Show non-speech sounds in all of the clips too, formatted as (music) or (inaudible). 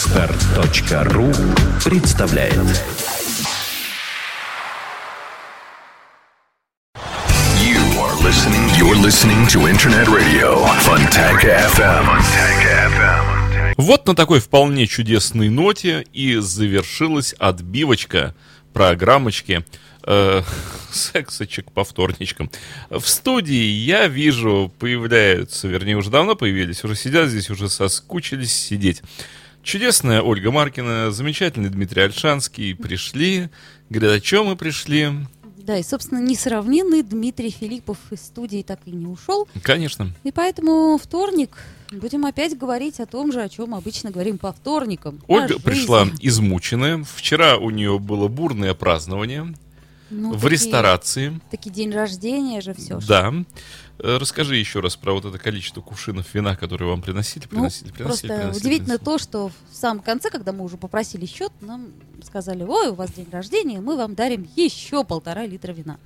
Отстар.ру представляет You are listening, you're listening to Internet Radio Funtech FM. Вот на такой вполне чудесной ноте и завершилась отбивочка программочки э, (laughs) сексочек по вторничкам. В студии я вижу появляются, вернее уже давно появились, уже сидят здесь, уже соскучились сидеть. Чудесная Ольга Маркина, замечательный Дмитрий Альшанский пришли. Говорят, о чем мы пришли? Да, и, собственно, несравненный Дмитрий Филиппов из студии так и не ушел. Конечно. И поэтому вторник будем опять говорить о том же, о чем обычно говорим по вторникам. О Ольга жизни. пришла измученная. Вчера у нее было бурное празднование Ну, в таки- ресторации. Таки день рождения же все. Да. Э, Расскажи еще раз про вот это количество кувшинов вина, которые вам приносили, Ну, приносили, просто приносили, приносили, удивительно приносили. то, что в самом конце, когда мы уже попросили счет, нам сказали, ой, у вас день рождения, мы вам дарим еще полтора литра вина.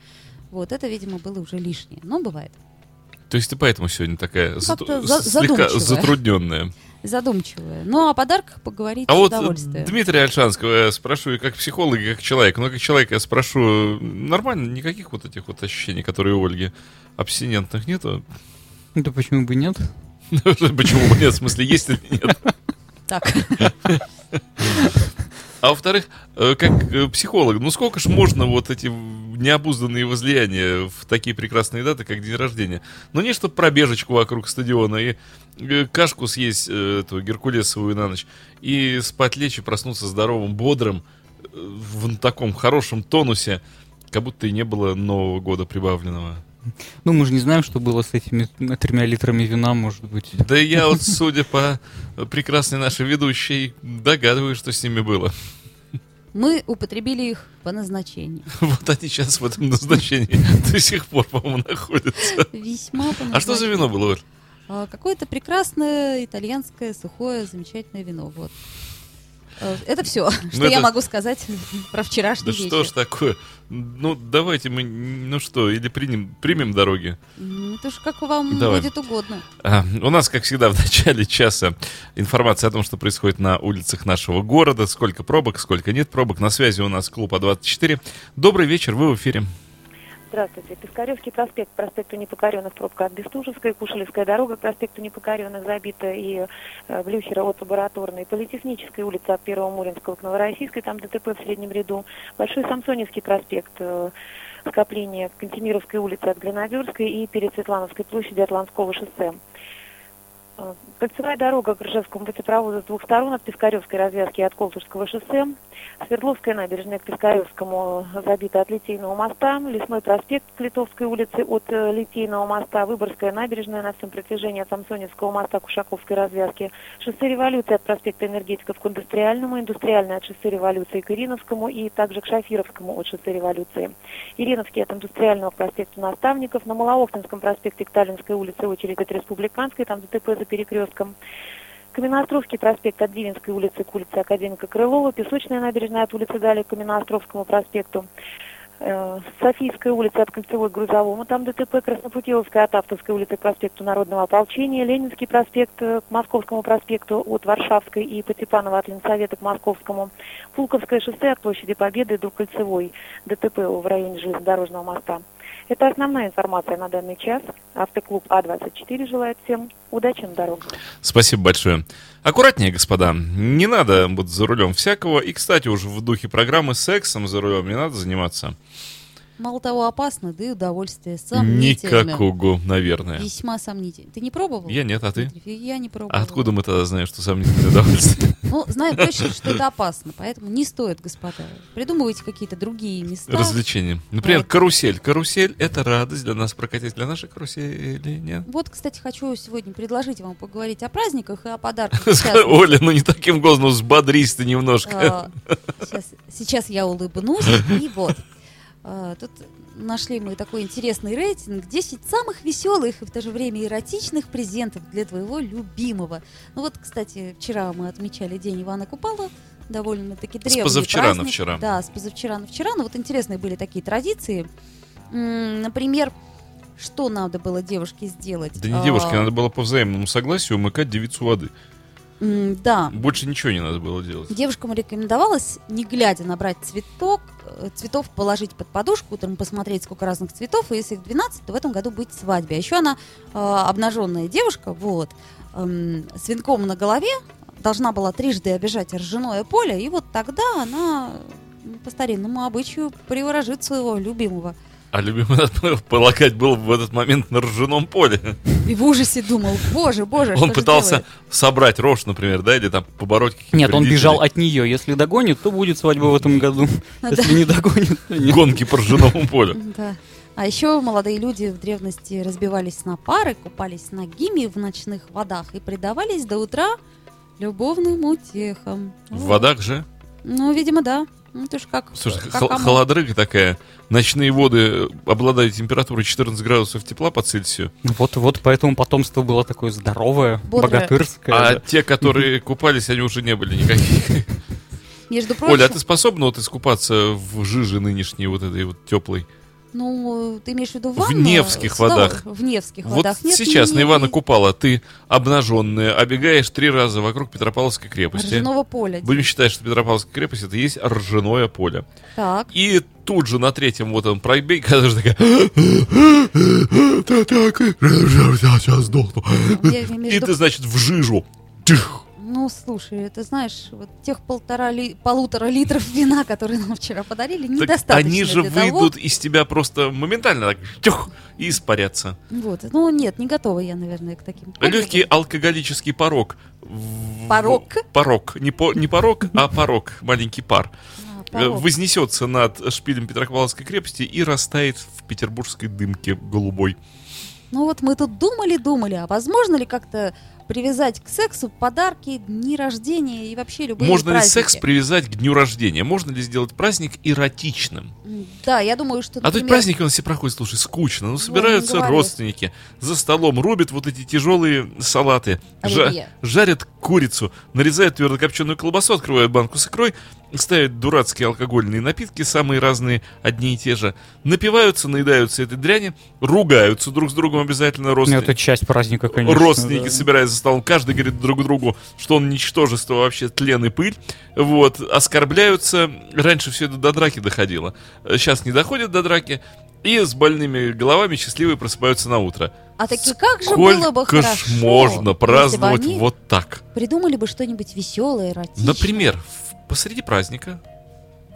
Вот это, видимо, было уже лишнее, но бывает. То есть ты поэтому сегодня такая Ну, Как-то зату- за- слегка задумчивая. затрудненная. (laughs) Задумчивое. Ну, о подарках поговорить А с вот удовольствием. Дмитрия Альшанского я спрошу и как психолог, и как человек. Но как человек я спрошу, нормально, никаких вот этих вот ощущений, которые у Ольги абстинентных нету? (laughs) Да Ну, почему бы нет? Почему бы нет? В смысле, есть или нет? Так, А во-вторых, э, как э, психолог, ну сколько ж можно вот эти в- необузданные возлияния в такие прекрасные даты, как день рождения? Ну не, что пробежечку вокруг стадиона и э, кашку съесть э, эту геркулесовую на ночь, и спать лечь и проснуться здоровым, бодрым, э, в таком хорошем тонусе, как будто и не было Нового года прибавленного. Ну, мы же не знаем, что было с этими тремя литрами вина, может быть. Да я вот, судя по прекрасной нашей ведущей, догадываюсь, что с ними было. мы употребили их по назначению. Вот они сейчас в этом назначении (laughs) до сих пор, по-моему, находятся. Весьма по А что за назначению. вино было? Оль? А, Какое-то прекрасное итальянское сухое замечательное вино. Вот. Э, Это все, что я Ну, это- могу сказать (laughs) про вчерашний Да вечер. что ж такое? Ну, давайте мы, ну что, или примем, примем дороги. Ну, Это ж как вам Давай. будет угодно. А, у нас, как всегда, в начале часа информация о том, что происходит на улицах нашего города, сколько пробок, сколько нет пробок. На связи у нас клуб А24. Добрый вечер, вы в эфире. Здравствуйте. Пискаревский проспект, к проспекту Непокоренных, пробка от Бестужевской, Кушелевская дорога к проспекту Непокоренных забита и э, Блюхера от Лабораторной, Политехническая улица от Первого Муринского к Новороссийской, там ДТП в среднем ряду, Большой Самсоневский проспект, э, скопление Кантемировской улицы от Гренадерской и перед Светлановской площади от Ланского шоссе. Э, Кольцевая дорога к Ржевскому путепроводу с двух сторон от Пискаревской развязки и от Колтурского шоссе. Свердловская набережная к Пискаревскому забита от Литейного моста, Лесной проспект к Литовской улице от э, Литейного моста, Выборгская набережная на всем протяжении от Самсоневского моста к Ушаковской развязке, шоссе Революции от проспекта Энергетиков к Индустриальному, Индустриальная от шоссе Революции к Ириновскому и также к Шафировскому от шоссе Революции. Ириновский от Индустриального к проспекту Наставников, на Малоохтинском проспекте к Таллинской улице очередь от Республиканской, там ДТП за перекрестком. Каменноостровский проспект от Дивинской улицы к улице Академика Крылова, Песочная набережная от улицы Дали к Каменноостровскому проспекту, Э, Софийская улица от Кольцевой к Грузовому, там ДТП, Краснопутиловская от Автовской улицы к проспекту Народного ополчения, Ленинский проспект э, к Московскому проспекту от Варшавской и Потепанова от Ленсовета к Московскому, Пулковское шоссе от площади Победы до Кольцевой, ДТП в районе железнодорожного моста. Это основная информация на данный час. Автоклуб А24 желает всем удачи на дорогах. Спасибо большое. Аккуратнее, господа. Не надо вот за рулем всякого. И, кстати, уже в духе программы сексом за рулем не надо заниматься. Мало того, опасно, да и удовольствие сомнительно. Никакого, наверное. Весьма сомнительно. Ты не пробовал? Я нет, а ты? Дмитрий? Я не пробовал. А откуда мы тогда знаем, что сомнительное удовольствие? Ну, знаю точно, что это опасно, поэтому не стоит, господа. Придумывайте какие-то другие места. Развлечение. Например, Вот. карусель. Карусель — это радость для нас прокатить. Для нашей карусели нет. Вот, кстати, хочу сегодня предложить вам поговорить о праздниках и о подарках. в Скажи, частности. Оля, ну не таким голосом, ну взбодрись ты немножко. А, Сейчас, сейчас я улыбнусь, и вот. А, Тут нашли мы такой интересный рейтинг. 10 самых веселых и в то же время эротичных презентов для твоего любимого. Ну вот, кстати, вчера мы отмечали День Ивана Купала. Довольно-таки древний позавчера на праздник. вчера. Ну Да, с позавчера на вчера. Но вот интересные были такие традиции. М, Например, Что надо было девушке сделать? Да не девушке, А, надо было по взаимному согласию умыкать девицу воды. а м, Да. Больше ничего не надо было делать. Девушкам рекомендовалось, не глядя, набрать цветок, э, цветов положить под подушку, утром посмотреть, сколько разных цветов, и если их 12, то в этом году будет свадьба. А еще она э, обнаженная девушка, вот, эм, с венком на голове, должна была трижды обижать ржаное поле, и вот тогда она м, по старинному обычаю приворожит своего любимого. А любимый надо было полагать был в этот момент на ржаном поле. И в ужасе думал, боже, боже, что Он же пытался делает?» собрать рожь, например, да, или там побороть каких-то Нет, он вредителей. бежал от нее. Если догонит, то будет свадьба в этом Ну году. Да. Если не догонит, то нет. Гонки по ржаному полю. Да. А еще молодые люди в древности разбивались на пары, купались ногими в ночных водах и предавались до утра любовным утехам. В Вот. водах же. Ну, видимо, да. Ну, ты ж как, Слушай, как хол- кому. холодрыга такая. Ночные воды обладают температурой 14 градусов тепла по Цельсию. Ну Вот, вот, поэтому потомство было такое здоровое, Бодрое. богатырское. Ну, А да. те, которые купались, они уже не были никакие. Между прочим, Оля, а ты способна вот искупаться в жиже нынешней вот этой вот теплой? ну, ты имеешь в виду ванну? Невских Снова водах. В Невских Вот водах. Нет, сейчас не- на не- Ивана не- Купала ты обнаженная, оббегаешь три раза вокруг Петропавловской крепости. Ржаного поля. Будем считать, что Петропавловская крепость это и есть ржаное поле. (clears throat) Так. И тут же на третьем вот он пробег, когда же такая... «Да так, Я сейчас сдохну. Я- я И между- ты, значит, в жижу. Тих. Ну, слушай, ты знаешь, вот тех полтора ли- полутора литров вина, которые нам вчера подарили, Так недостаточно они же для того, выйдут из тебя просто моментально так тих, и испарятся. Вот, ну нет, не готова я, наверное, к таким. Легкий алкоголический порог. В- Порог? Порог. Не, по, не порог, а порог. Маленький пар. А, Э, порог. Вознесется над шпилем Петропавловской крепости и растает в петербургской дымке голубой. Ну вот мы тут думали-думали, а возможно ли как-то привязать к сексу подарки, дни рождения и вообще любые Можно ли праздники? секс привязать к дню рождения? Можно ли сделать праздник эротичным? М, Да, я думаю, что, А тут например, праздники у нас все проходят, слушай, скучно. Ну, собираются говори. родственники за столом, рубят вот эти тяжелые салаты, жа- Оливье. жарят курицу, нарезают твердокопченую колбасу, открывают банку с икрой, ставят дурацкие алкогольные напитки, самые разные, одни и те же, напиваются, наедаются этой дряни, ругаются друг с другом обязательно, Ну, родственники. Это часть праздника, конечно. Родственники да. собираются за столом, каждый говорит друг другу, что он ничтожество вообще тлен и пыль. Вот, оскорбляются. Раньше все это до драки доходило. Сейчас не доходит до драки. И с больными головами счастливые просыпаются на утро. а такие как же Сколько было бы ж хорошо, если можно бы праздновать они вот так? придумали бы что-нибудь веселое, эротичное. Например, в- посреди праздника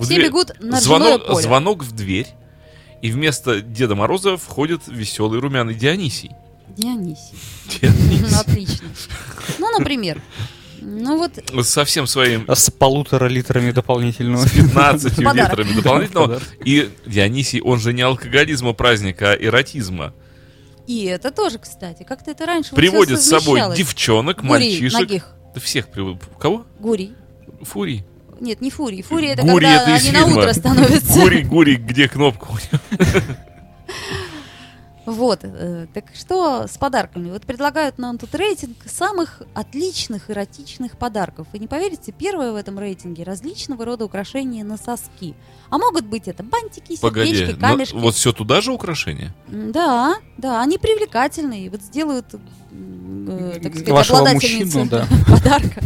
в все дверь- бегут на звонок, ржаное поле. звонок в дверь, и вместо Деда Мороза входит веселый румяный Дионисий. Дионисий. Дионисий. Ну, (laughs) отлично. Ну, например. Ну вот, Со всем своим А С полутора литрами дополнительного. с 15 Ну, Подарок. литрами дополнительного. Подарок. И Дионисий, он же не алкоголизма праздника, а эротизма. и это тоже, кстати, как-то это раньше вот Ну, всё Приводит с собой совмещалось. девчонок, Гурий мальчишек. ногих. Да всех приводит. Кого? Гурий. Фурий. Нет, не фурии. Фурии это Гури когда это из они на фильма. утро становятся. Гурий, Гурий, где кнопка у него? (laughs) Вот. э, Так что с подарками? Вот предлагают нам тут рейтинг самых отличных эротичных подарков. И не поверите, первое в этом рейтинге различного рода украшения на соски. А могут быть это бантики, Погоди, ну, сердечки, но камешки. вот все туда же украшение? М, Да, да, они привлекательные. Вот сделают, м, э, так сказать, Вашего обладательницу мужчину, да. (laughs) подарка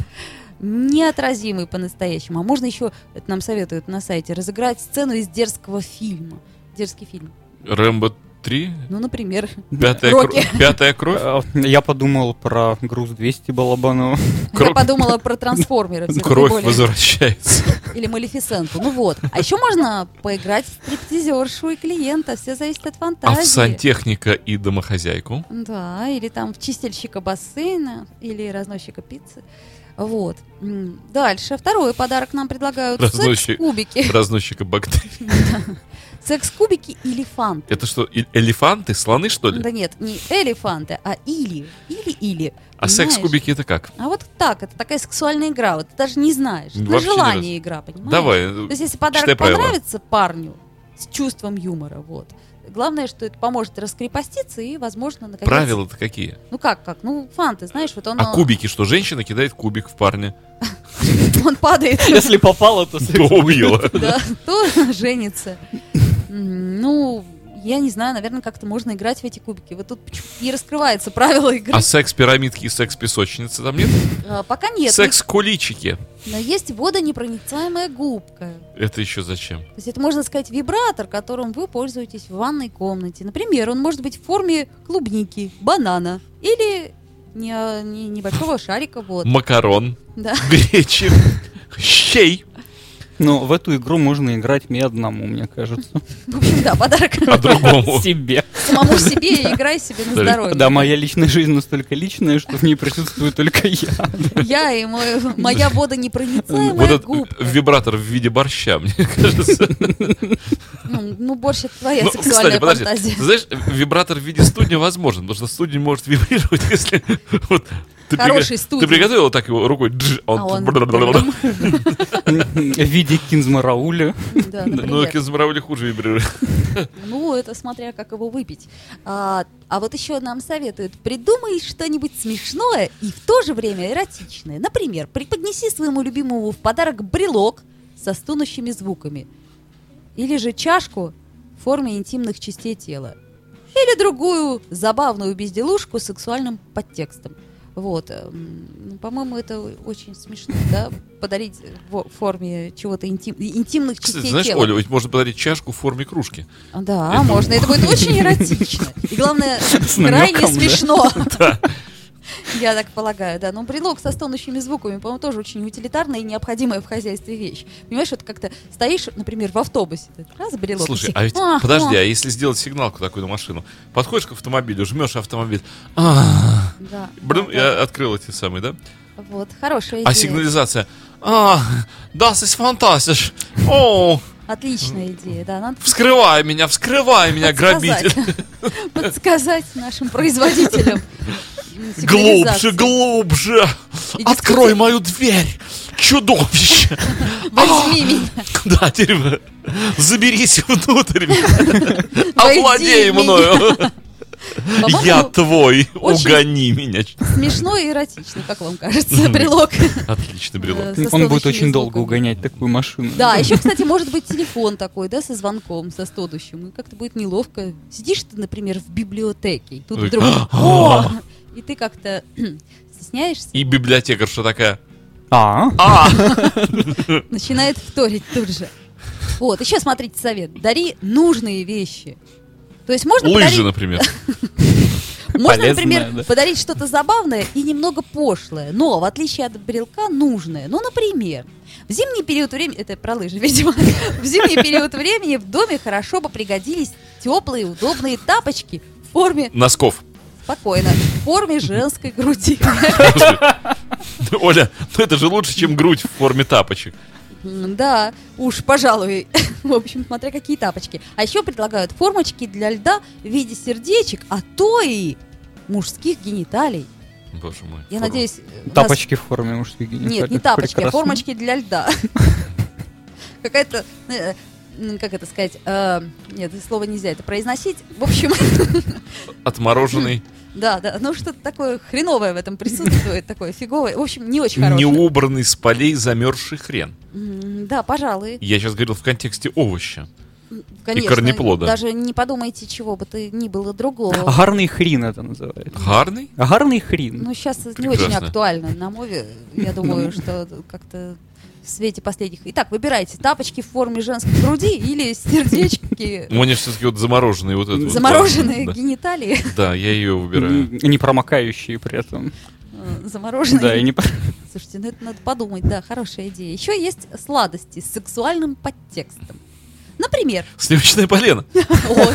неотразимый по-настоящему. А можно еще, это нам советуют на сайте, разыграть сцену из дерзкого фильма. Дерзкий фильм. Рэмбо 3? Ну, например, (laughs) Пятая, Рокки. кро- пятая кровь? А, Я подумал про груз 200 Балабанова. Крок- я подумала про трансформеры. всё-таки Кровь более. возвращается. Или Малефисенту. Ну вот. А еще можно поиграть в стриптизершу и клиента. Все зависит от А фантазии. в сантехника и домохозяйку? Да, или там в чистильщика бассейна, или разносчика пиццы. Вот. М, Дальше. Второй подарок нам предлагают. Разносчик. Секс-кубики. (laughs) Разносчика бактерий. Секс-кубики или фанты. Это что, и- элефанты, слоны, что ли? Да нет, не элефанты, а или. Или-или. А секс-кубики это как? А вот так, это такая сексуальная игра. Вот ты даже не знаешь. На Вообще не желание игра, понимаешь? Давай. То есть, если подарок Читай правила. понравится парню с чувством юмора, вот. Главное, что это поможет раскрепоститься и, возможно, наконец... Правила-то какие? Ну как, как? Ну, фанты, знаешь, вот он, А кубики что? Женщина кидает кубик в парня. (laughs) (laughs) он падает, (laughs) Если попало, то (laughs) убила. да, то женится. М, Ну, я не знаю, наверное, как-то можно играть в эти кубики. Вот тут почему- не раскрывается правило игры. А секс-пирамидки и секс-песочницы там нет? А, Пока нет. Секс-куличики. Но есть водонепроницаемая губка. Это еще зачем? То есть это, можно сказать, вибратор, которым вы пользуетесь в ванной комнате. Например, он может быть в форме клубники, банана или не- не- небольшого шарика. Вот. Макарон, (laughs) Да. гречин, щей. Но Ну, в эту игру можно играть мне одному, мне кажется. В общем, да, подарок А другому? Себе. самому себе и играй себе на Да, здоровье. Да, моя личная жизнь настолько личная, что в ней присутствую (laughs) только я. Я и мой- моя водонепроницаемая Вот этот губка. вибратор в виде борща, мне (laughs) кажется. Ну, ну, больше это твоя Ну, сексуальная кстати, подожди, фантазия. ты знаешь, вибратор в виде студня возможен, потому что студень может вибрировать, (laughs) если вот ты, Хороший студень. ты приготовила так его рукой, джж, а он, А (laughs) он бр-бр-бр-бр. В виде Кинзма Рауля. Да, Ну, например. кинзмуравли хуже вибрирует. Ну, это смотря как его выпить. А, а вот еще нам советуют, придумай что-нибудь смешное и в то же время эротичное. Например, преподнеси своему любимому в подарок брелок со стонущими звуками. Или же чашку в форме интимных частей тела. Или другую забавную безделушку с сексуальным подтекстом. Вот, эм, ну, по-моему, это очень смешно, да, подарить в форме чего-то интим- интимных частей Кстати, знаешь, тела. Оля, ведь можно подарить чашку в форме кружки. Да, Это- можно. Это будет очень эротично. И главное, крайне намеком, да? смешно. (laughs) Я так полагаю, да. Но брелок со стонущими звуками, по-моему, тоже очень утилитарная и необходимая в хозяйстве вещь. Понимаешь, вот как-то стоишь, например, в автобусе, так раз брелок. и Слушай, все, а ведь, «А, подожди, а». а если сделать сигналку такую на машину? Подходишь к автомобилю, жмешь автомобиль, а, Да, брым, Ну да, я открыл эти самые, да? да. Вот, хорошая А идея. сигнализация, а, да, сис фантастиш, о, Отличная идея, да. (laughs) Надо вскрывай меня, вскрывай меня, подсказать. грабитель. Подсказать (laughs) нашим производителям. Глубже, сигнализации. глубже! И Открой действительно- мою дверь! Чудовище! (gasps) Возьми меня. Да, дерево. Заберись внутрь меня. Войди Овладей в меня. мною! По-моему, Я твой! очень- Угони меня! Смешно и эротично, как вам кажется, брелок. Отличный Э, брелок. со Он будет стонущими очень долго звуками. угонять такую машину. Да, еще, кстати, может быть телефон такой, да, со звонком, со стонущим. И как-то будет неловко. Сидишь ты, например, в библиотеке, и тут Ой. (gasps) вдруг «О!» И ты как-то (clears throat) кхм, стесняешься, И библиотекарша такая. А? А! начинает (laughs) вторить тут же. Вот, еще смотрите совет. Дари нужные вещи. То есть можно Лыжи, подарить, например. можно, например, полезное, да. подарить что-то забавное и немного пошлое, но в отличие от брелка нужное. Ну, например, в зимний период времени, это про лыжи, (laughs) видимо, в зимний период времени в доме хорошо бы пригодились теплые, удобные тапочки в форме, Носков. спокойно, в форме женской груди. Оля, ну это же лучше, чем грудь в форме тапочек. М, Да, уж, пожалуй. (laughs) В общем, смотря какие тапочки. А еще предлагают формочки для льда в виде сердечек, а то и мужских гениталий. Боже мой. Я форма. надеюсь, э, у нас- Тапочки в форме мужских гениталий. Нет, не тапочки, а Прекрасно. формочки для льда. (laughs) Какая-то, э, м, как это сказать, э, нет, это слово нельзя это произносить. В общем, (laughs) Отмороженный, да, да, ну что-то такое хреновое в этом (laughs) присутствует, такое фиговое. В общем, не очень хорошее. неубранный с полей замерзший хрен. М, Да, пожалуй. Я сейчас говорил в контексте овоща. Конечно, корнеплода. Даже не подумайте, чего бы то ни было другого. Агарный хрин это называется. Гарный? Агарный хрин. Ну, сейчас не Прекрасно. очень актуально на мове. (laughs) Я думаю, что как-то в свете последних. Итак, выбирайте тапочки в форме женской груди (laughs) или сердечки, Мне все-таки вот замороженный вот этот. замороженные Ну, Да, гениталии. Да, я ее выбираю. Н- Не промокающие при этом. Э, Да, и Замороженные. не Э, пр- Слушайте, ну это надо подумать, да, хорошая идея. Еще есть сладости с сексуальным подтекстом. Например, (laughs) Сливочное полено. вот,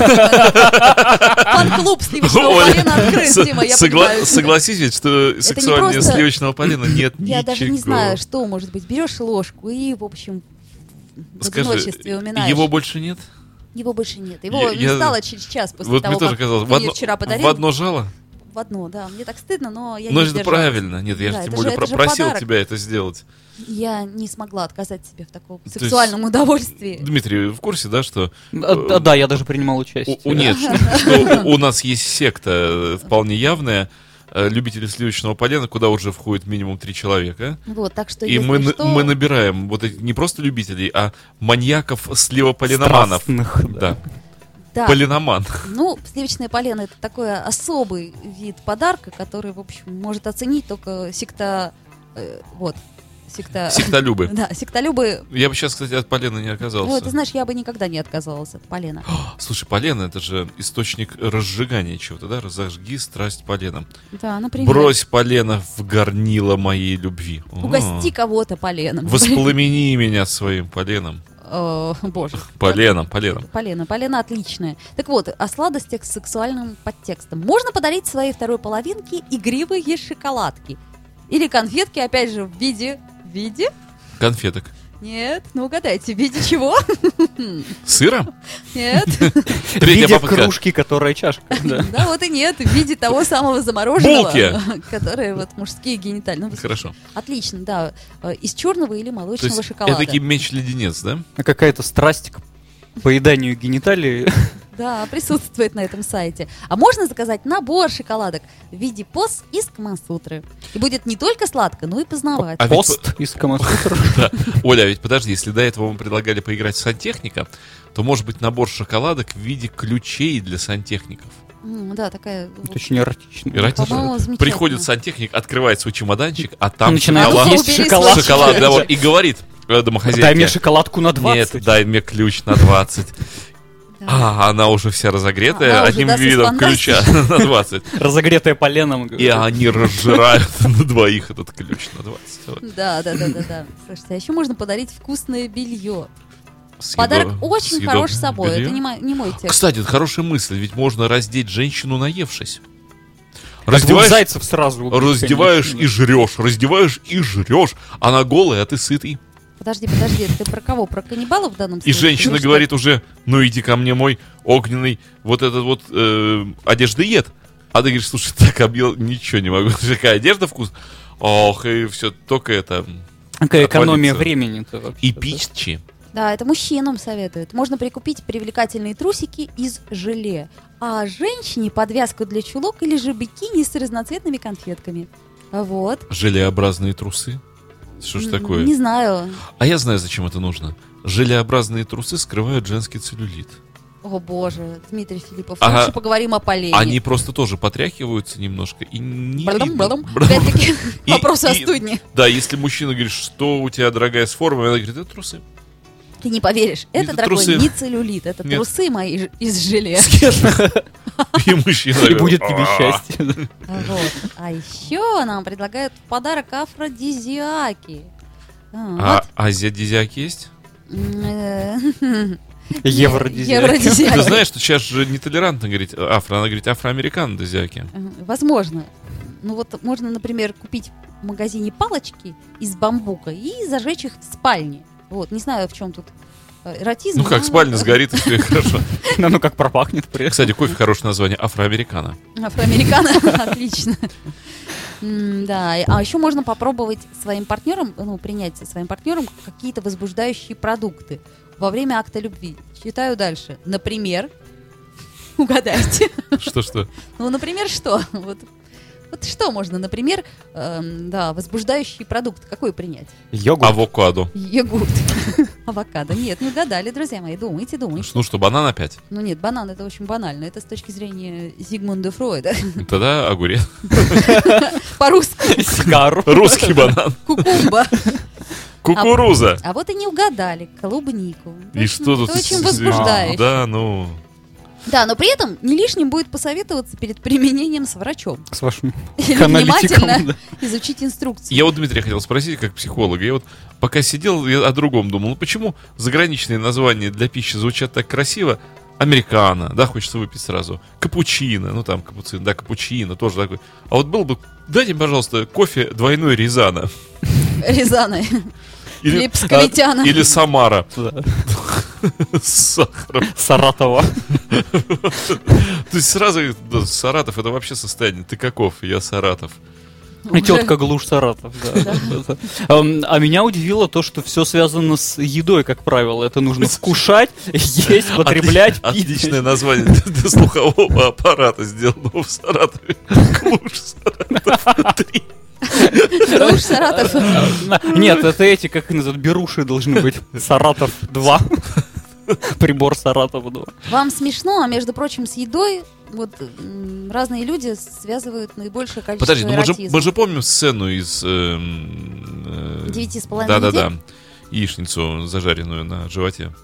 э, фан-клуб сливочного Оля, полена открыт, со- Дима, я согла- понимаю. Согласись ведь, что сексуальнее просто- сливочного (clears throat) полена нет Я даже не ничего. знаю, что может быть. Берешь ложку и, в общем, в Скажи, одиночестве уминаешь. его больше нет? Его больше нет. Его Я- не я- стало через час после вот того, мне тоже как казалось, ты в мне одно, вчера подарил. в одно жало? В одно, да. Мне так стыдно, но я Но не это сдержалась. правильно. Нет, я Да, же тем это более это про- просил подарок. тебя это сделать. Я не смогла отказать себе в таком есть- сексуальном удовольствии. Дмитрий, в курсе, да, что А, да, да, я даже принимал участие. У, у- нет, что- (laughs) что у у нас есть секта э, вполне явная, э, любители сливочного полена, куда уже входит минимум три человека. Вот, так что И если мы, на- что, мы набираем вот эти- не просто любителей, а маньяков сливополеноманов. Страстных, Да. Да. Полиноман. Ну, сливочное полено это такой особый вид подарка, который, в общем, может оценить только секта... э, вот. Секта... Сектолюбы. Да, сектолюбы. Я бы сейчас, кстати, от полена не оказался. Ну, ты знаешь, я бы никогда не отказалась от (gasps) полена. Слушай, полено это же источник разжигания чего-то, да? Разожги страсть поленом. Да, например. Брось полено в горнило моей любви. О. Угости кого-то поленом. (laughs) Воспламени меня своим поленом. Э, (laughs) Боже. Поленом, поленом. Полено, полено отличное. Так вот, о сладостях с сексуальным подтекстом. Можно подарить своей второй половинке игривые шоколадки. Или конфетки, опять же, в виде... В виде? Конфеток. Нет, ну угадайте, в виде чего? (laughs) Сыра? Нет. Третья Видя попытка. кружки, которая чашка. (laughs) да. Да, вот и нет, в виде того самого замороженного. Булки. (laughs) Которые вот мужские генитальные. Ну, Хорошо. Отлично, да. Э, Из черного или То молочного есть шоколада. эдакий меч-леденец, да? А Какая-то страсть к поеданию гениталий. Да, присутствует на этом сайте. А можно заказать набор шоколадок в виде пос из Камасутры. И будет не только сладко, но и познавать. А ведь Пост из Камасутра. Да. Оля, а ведь подожди, если до этого мы предлагали поиграть в сантехника, то может быть набор шоколадок в виде ключей для сантехников. М, Да, такая... Это очень эротично. Эротично. По-моему, замечательно. Приходит сантехник, открывает свой чемоданчик, а там Начинает шоколад. есть Убери шоколад. сладкое. шоколад да, вот, и говорит э, домохозяйке. Дай мне шоколадку на 20. Нет, дай мне ключ на 20. Да. А, она уже вся разогретая, Она уже одним даст из видом фантастики. ключа (laughs) на 20. Разогретая поленом. И а, они разжирают (laughs) на двоих этот ключ на 20. Вот. Да, да, да, да, да. Слушайте, а еще можно подарить вкусное белье. Съедоб- Подарок очень съедобное хорош собой. белье. Это не, мо- не мой текст. Кстати, это хорошая мысль, ведь можно раздеть женщину, наевшись. А двух Раздеваешь, зайцев сразу. убить, раздеваешь и конечно. жрешь, раздеваешь и жрешь. Она голая, а ты сытый. Подожди, подожди, ты про кого? Про каннибалов в данном И случае? женщина Или что? говорит уже, ну иди ко мне мой огненный вот этот вот э, одеждоед. А ты говоришь, слушай, так объел, ничего не могу. (laughs) Какая одежда вкус. Ох, и все, только это... Какая экономия отвалится. времени-то вообще. И пиччи. Да, это мужчинам советуют. Можно прикупить привлекательные трусики из желе, а женщине подвязку для чулок или же бикини с разноцветными конфетками. Вот. Желеобразные трусы. Что ж М, такое? Не знаю. А я знаю, зачем это нужно. Желеобразные трусы скрывают женский целлюлит. О боже, Дмитрий Филиппов, Ага. лучше поговорим о полене. Они просто тоже потряхиваются немножко и не Брадам, видно. брадам. Брадам. Опять-таки, (laughs) И- вопросы о и- студне. Да, если мужчина говорит, что у тебя, дорогая, с формой, она говорит, это трусы. (laughs) Ты не поверишь, это, Это дорогой, трусы. не целлюлит, это Нет. трусы мои ж- из желе. И мужчина (laughs) И говорит, будет «А». тебе (laughs) счастье. (laughs) Вот. А еще нам предлагают в подарок афродизиаки. А А, азиадизиак есть? вот. М, э, (laughs) Евродизиак. Евродизиак. Ты знаешь, что сейчас же нетолерантно говорить э, афро, она говорит афроамерикан дизиаки. Ага, Э, Возможно. Ну вот можно, например, купить в магазине палочки из бамбука и зажечь их в спальне. Вот, не знаю, в чем тут э, эротизм. Ну как, но- спальня сгорит, и всё хорошо. Ну, ну как пропахнет при этом. Кстати, кофе хорошее название, афроамерикано. (laughs) Афроамерикано, (laughs) отлично. М, Да, и- а еще можно попробовать своим партнером, ну, принять своим партнером какие-то возбуждающие продукты во время акта любви. Читаю дальше. Например, (laughs) угадайте. Что-что? Ну, например, что? (laughs) Вот, вот что можно, например, эм, да, возбуждающий продукт какой принять? Йогурт. Авокадо. Йогурт. (laughs) Авокадо. Нет, не угадали, друзья мои. Думайте, думайте. Ну что, банан опять? Ну нет, банан это очень банально. Это с точки зрения Зигмунда Фройда. (laughs) Тогда огурец. По-русски Сигару. Русский банан. кукумба. Кукуруза. А вот и не угадали. Клубнику. И что тут? Это А, ну, очень возбуждающе. Да, ну... Да, но при этом не лишним будет посоветоваться перед применением с врачом. С вашим Или аналитиком. внимательно да. изучить инструкцию. Я вот Дмитрия хотел спросить, как психолога. Я вот пока сидел, я о другом думал. Ну почему заграничные названия для пищи звучат так красиво? Американо, да, хочется выпить сразу. Капучино, ну там капуцин, да, капучино тоже такой. А вот был бы, дайте, мне, пожалуйста, кофе двойной Рязана. (laughs) Рязаны. Или псковитяна. а, или Самара (laughs) Да. (laughs) с сахаром. Саратова. То есть сразу, да, Саратов, это вообще состояние. Ты каков? Я Саратов. И Тетка Глуш Саратов. да. Да, да. Эм, А меня удивило то, что все связано с едой, как правило. Это нужно вкушать, есть, потреблять, Отли- пить. Отличное название для, для слухового аппарата сделанного в Саратове. (laughs) Клуш Саратов 3. Клуш, Саратов. На- Нет, это эти, как их называют, беруши должны быть. Саратов 2. Прибор Саратова 2. Вам смешно, а между прочим, с едой вот м, разные люди связывают наибольшее количество Подожди, ну мы же, эротизма. мы же помним сцену из... эм, э, Девяти с половиной Да-да-да. Яичницу, зажаренную на животе. (laughs)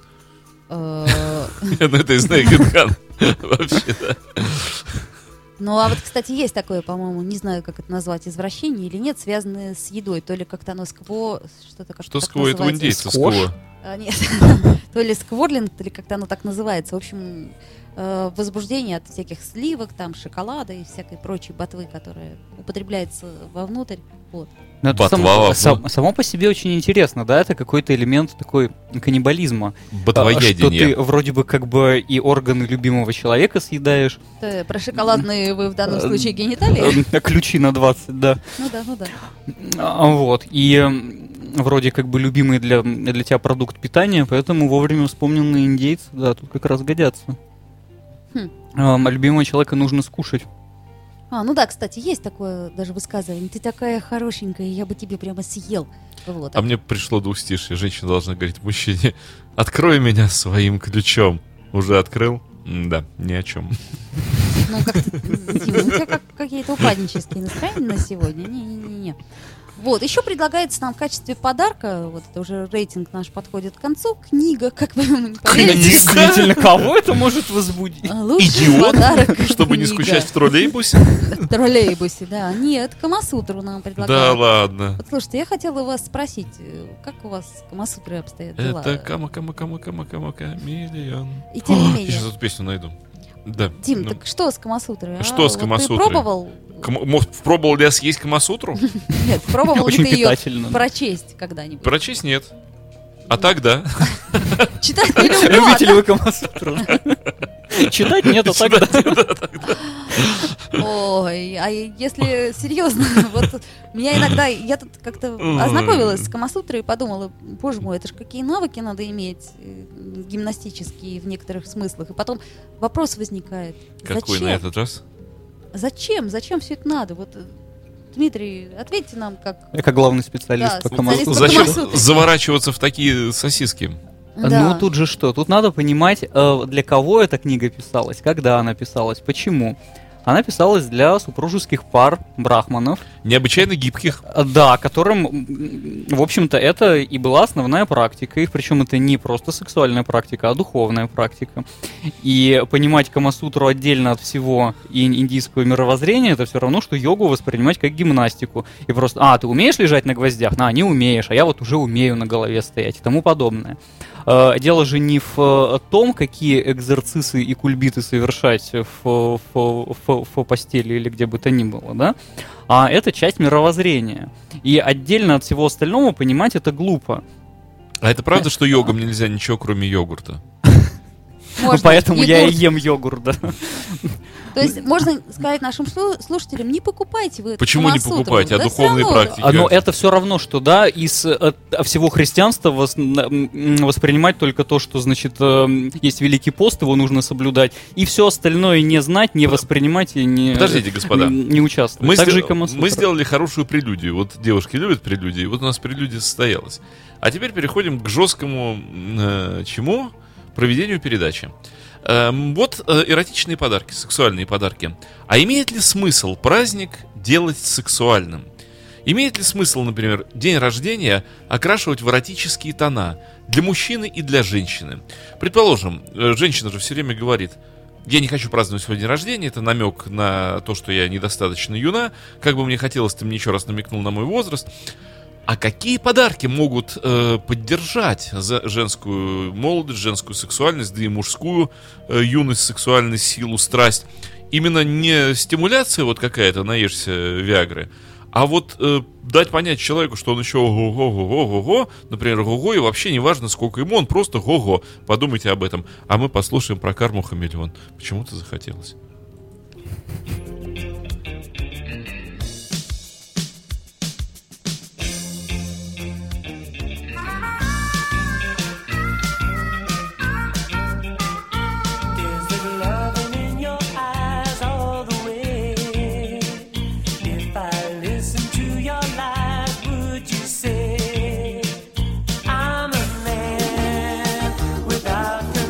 Э, Ну, это из Naked Gun. (laughs) Вообще-то. Ну, а вот, кстати, есть такое, по-моему, не знаю, как это назвать, извращение или нет, связанное с едой. То ли как-то оно скво... Что-то как Что так с кого этого называется. индейца? Сквош? скво? А, Нет. (laughs) То ли скворлинг, то ли как-то оно так называется. В общем, э, возбуждение от всяких сливок, там, шоколада и всякой прочей ботвы, которая употребляется вовнутрь. Вот. Ну, это Ботва само, во сам- само по себе очень интересно, да, это какой-то элемент такой каннибализма. А, Что ты Ботвоедение. вроде бы как бы и органы любимого человека съедаешь, Это Э, про шоколадные вы в данном Э, случае гениталии? э, ключи на 20, да. Ну да, ну да. А, Вот, и м, вроде как бы любимый для, для тебя продукт питания, поэтому вовремя вспомненные индейцы, да, тут как раз годятся. Хм. Эм, А любимого человека (laughs) нужно скушать. А, ну да, кстати, есть такое даже высказывание. Ты такая хорошенькая, я бы тебе прямо съел. Вот. А мне пришло двухстишье. Женщина должна говорить мужчине, открой меня своим ключом. Уже открыл? М, Да, ни о (laughs) чем. Ну, как у тебя как- какие-то упаднические настроения на сегодня. Не-не-не. Вот, еще предлагается нам в качестве подарка, вот это уже рейтинг наш подходит к концу, книга, как вы (laughs) не поверите. Действительно, кого это (laughs) может возбудить? Лучший подарок. Чтобы не книга. скучать в (laughs) троллейбусе? В троллейбусе, да. Нет, Камасутру Да нам предлагают. ладно. Вот, слушайте, я хотела вас спросить, э, как у вас с Камасутрой обстоят дела? Это кама кама кама кама кама камелеон. И тем не Я сейчас менее. эту песню найду. Да. Дим, Ну, так что с Камасутрой? а? Что с Вот Камасутрой? Ты пробовал? кам- может, пробовал ли я съесть камасутру? (laughs) Нет, пробовал ли Очень ты ее питательно. прочесть когда-нибудь? Прочесть нет. А так да. Читать (laughs) не люблю, а (laughs) Любители вы Камасутру. (laughs) Читать нет, а так да. Ой, а если серьезно, (laughs) вот меня иногда, я тут как-то ознакомилась с Камасутрой и подумала, боже мой, это же какие навыки надо иметь э, гимнастические в некоторых смыслах. И потом вопрос возникает, Какой зачем? на этот раз? Зачем? Зачем все это надо? Вот, э, Дмитрий, ответьте нам, как... Я как главный специалист Да, по специалист Камасутре. по Зачем Камасутре. заворачиваться в такие сосиски? Да. Ну тут же что? Тут надо понимать, э, для кого эта книга писалась, когда она писалась, почему. Она писалась для супружеских пар брахманов, Необычайно гибких. э, да, которым, м, в общем-то, это и была основная практика. Их причем это не просто сексуальная практика, а духовная практика. И понимать Камасутру отдельно от всего ин- индийского мировоззрения, это все равно, что йогу воспринимать как гимнастику. И просто, а, ты умеешь лежать на гвоздях? На, не умеешь, а я вот уже умею на голове стоять и тому подобное. Э, Дело же не в э, том, какие экзорцисы и кульбиты совершать в, в- в- в постели или где бы то ни было, да? А это часть мировоззрения. И отдельно от всего остального понимать это глупо. А это правда, что йогом нельзя ничего, кроме йогурта? Ну, можно (laughs) поэтому я и йогурт. ем йогурт, да. То есть можно сказать нашим слу- слушателям, не покупайте вы эту Почему не Камасутру, покупайте, а да всё духовные равно- практики? А, Но это все равно, что да, из э, от всего христианства вос- м, м, воспринимать только то, что значит эм, есть великий пост, его нужно соблюдать, и все остальное не знать, не воспринимать и не Подождите, господа. н- не участвовать. Мы, так сдел- же и Камасутра. мы сделали хорошую прелюдию. Вот девушки любят прелюдии. Вот у нас прелюдия состоялась. А теперь переходим к жесткому э, чему? Проведению передачи. Эм, вот э, эротичные подарки, сексуальные подарки. А имеет ли смысл праздник делать сексуальным? Имеет ли смысл, например, день рождения окрашивать в эротические тона для мужчины и для женщины? Предположим, э, женщина же все время говорит, я не хочу праздновать свой день рождения, это намек на то, что я недостаточно юна, как бы мне хотелось, ты мне еще раз намекнул на мой возраст. А какие подарки могут э, поддержать за женскую молодость, женскую сексуальность, да и мужскую э, юность, сексуальность, силу, страсть? Именно не стимуляция вот какая-то, наешься э, Виагры, а вот э, дать понять человеку, что он еще го-го-го-го-го, например, го-го, и вообще не важно, сколько ему, он просто го-го. Подумайте об этом. А мы послушаем про карму хамелеон. Почему-то захотелось. Is it loving in your eyes all the way? If I listen to your lies, would you say I'm a man without the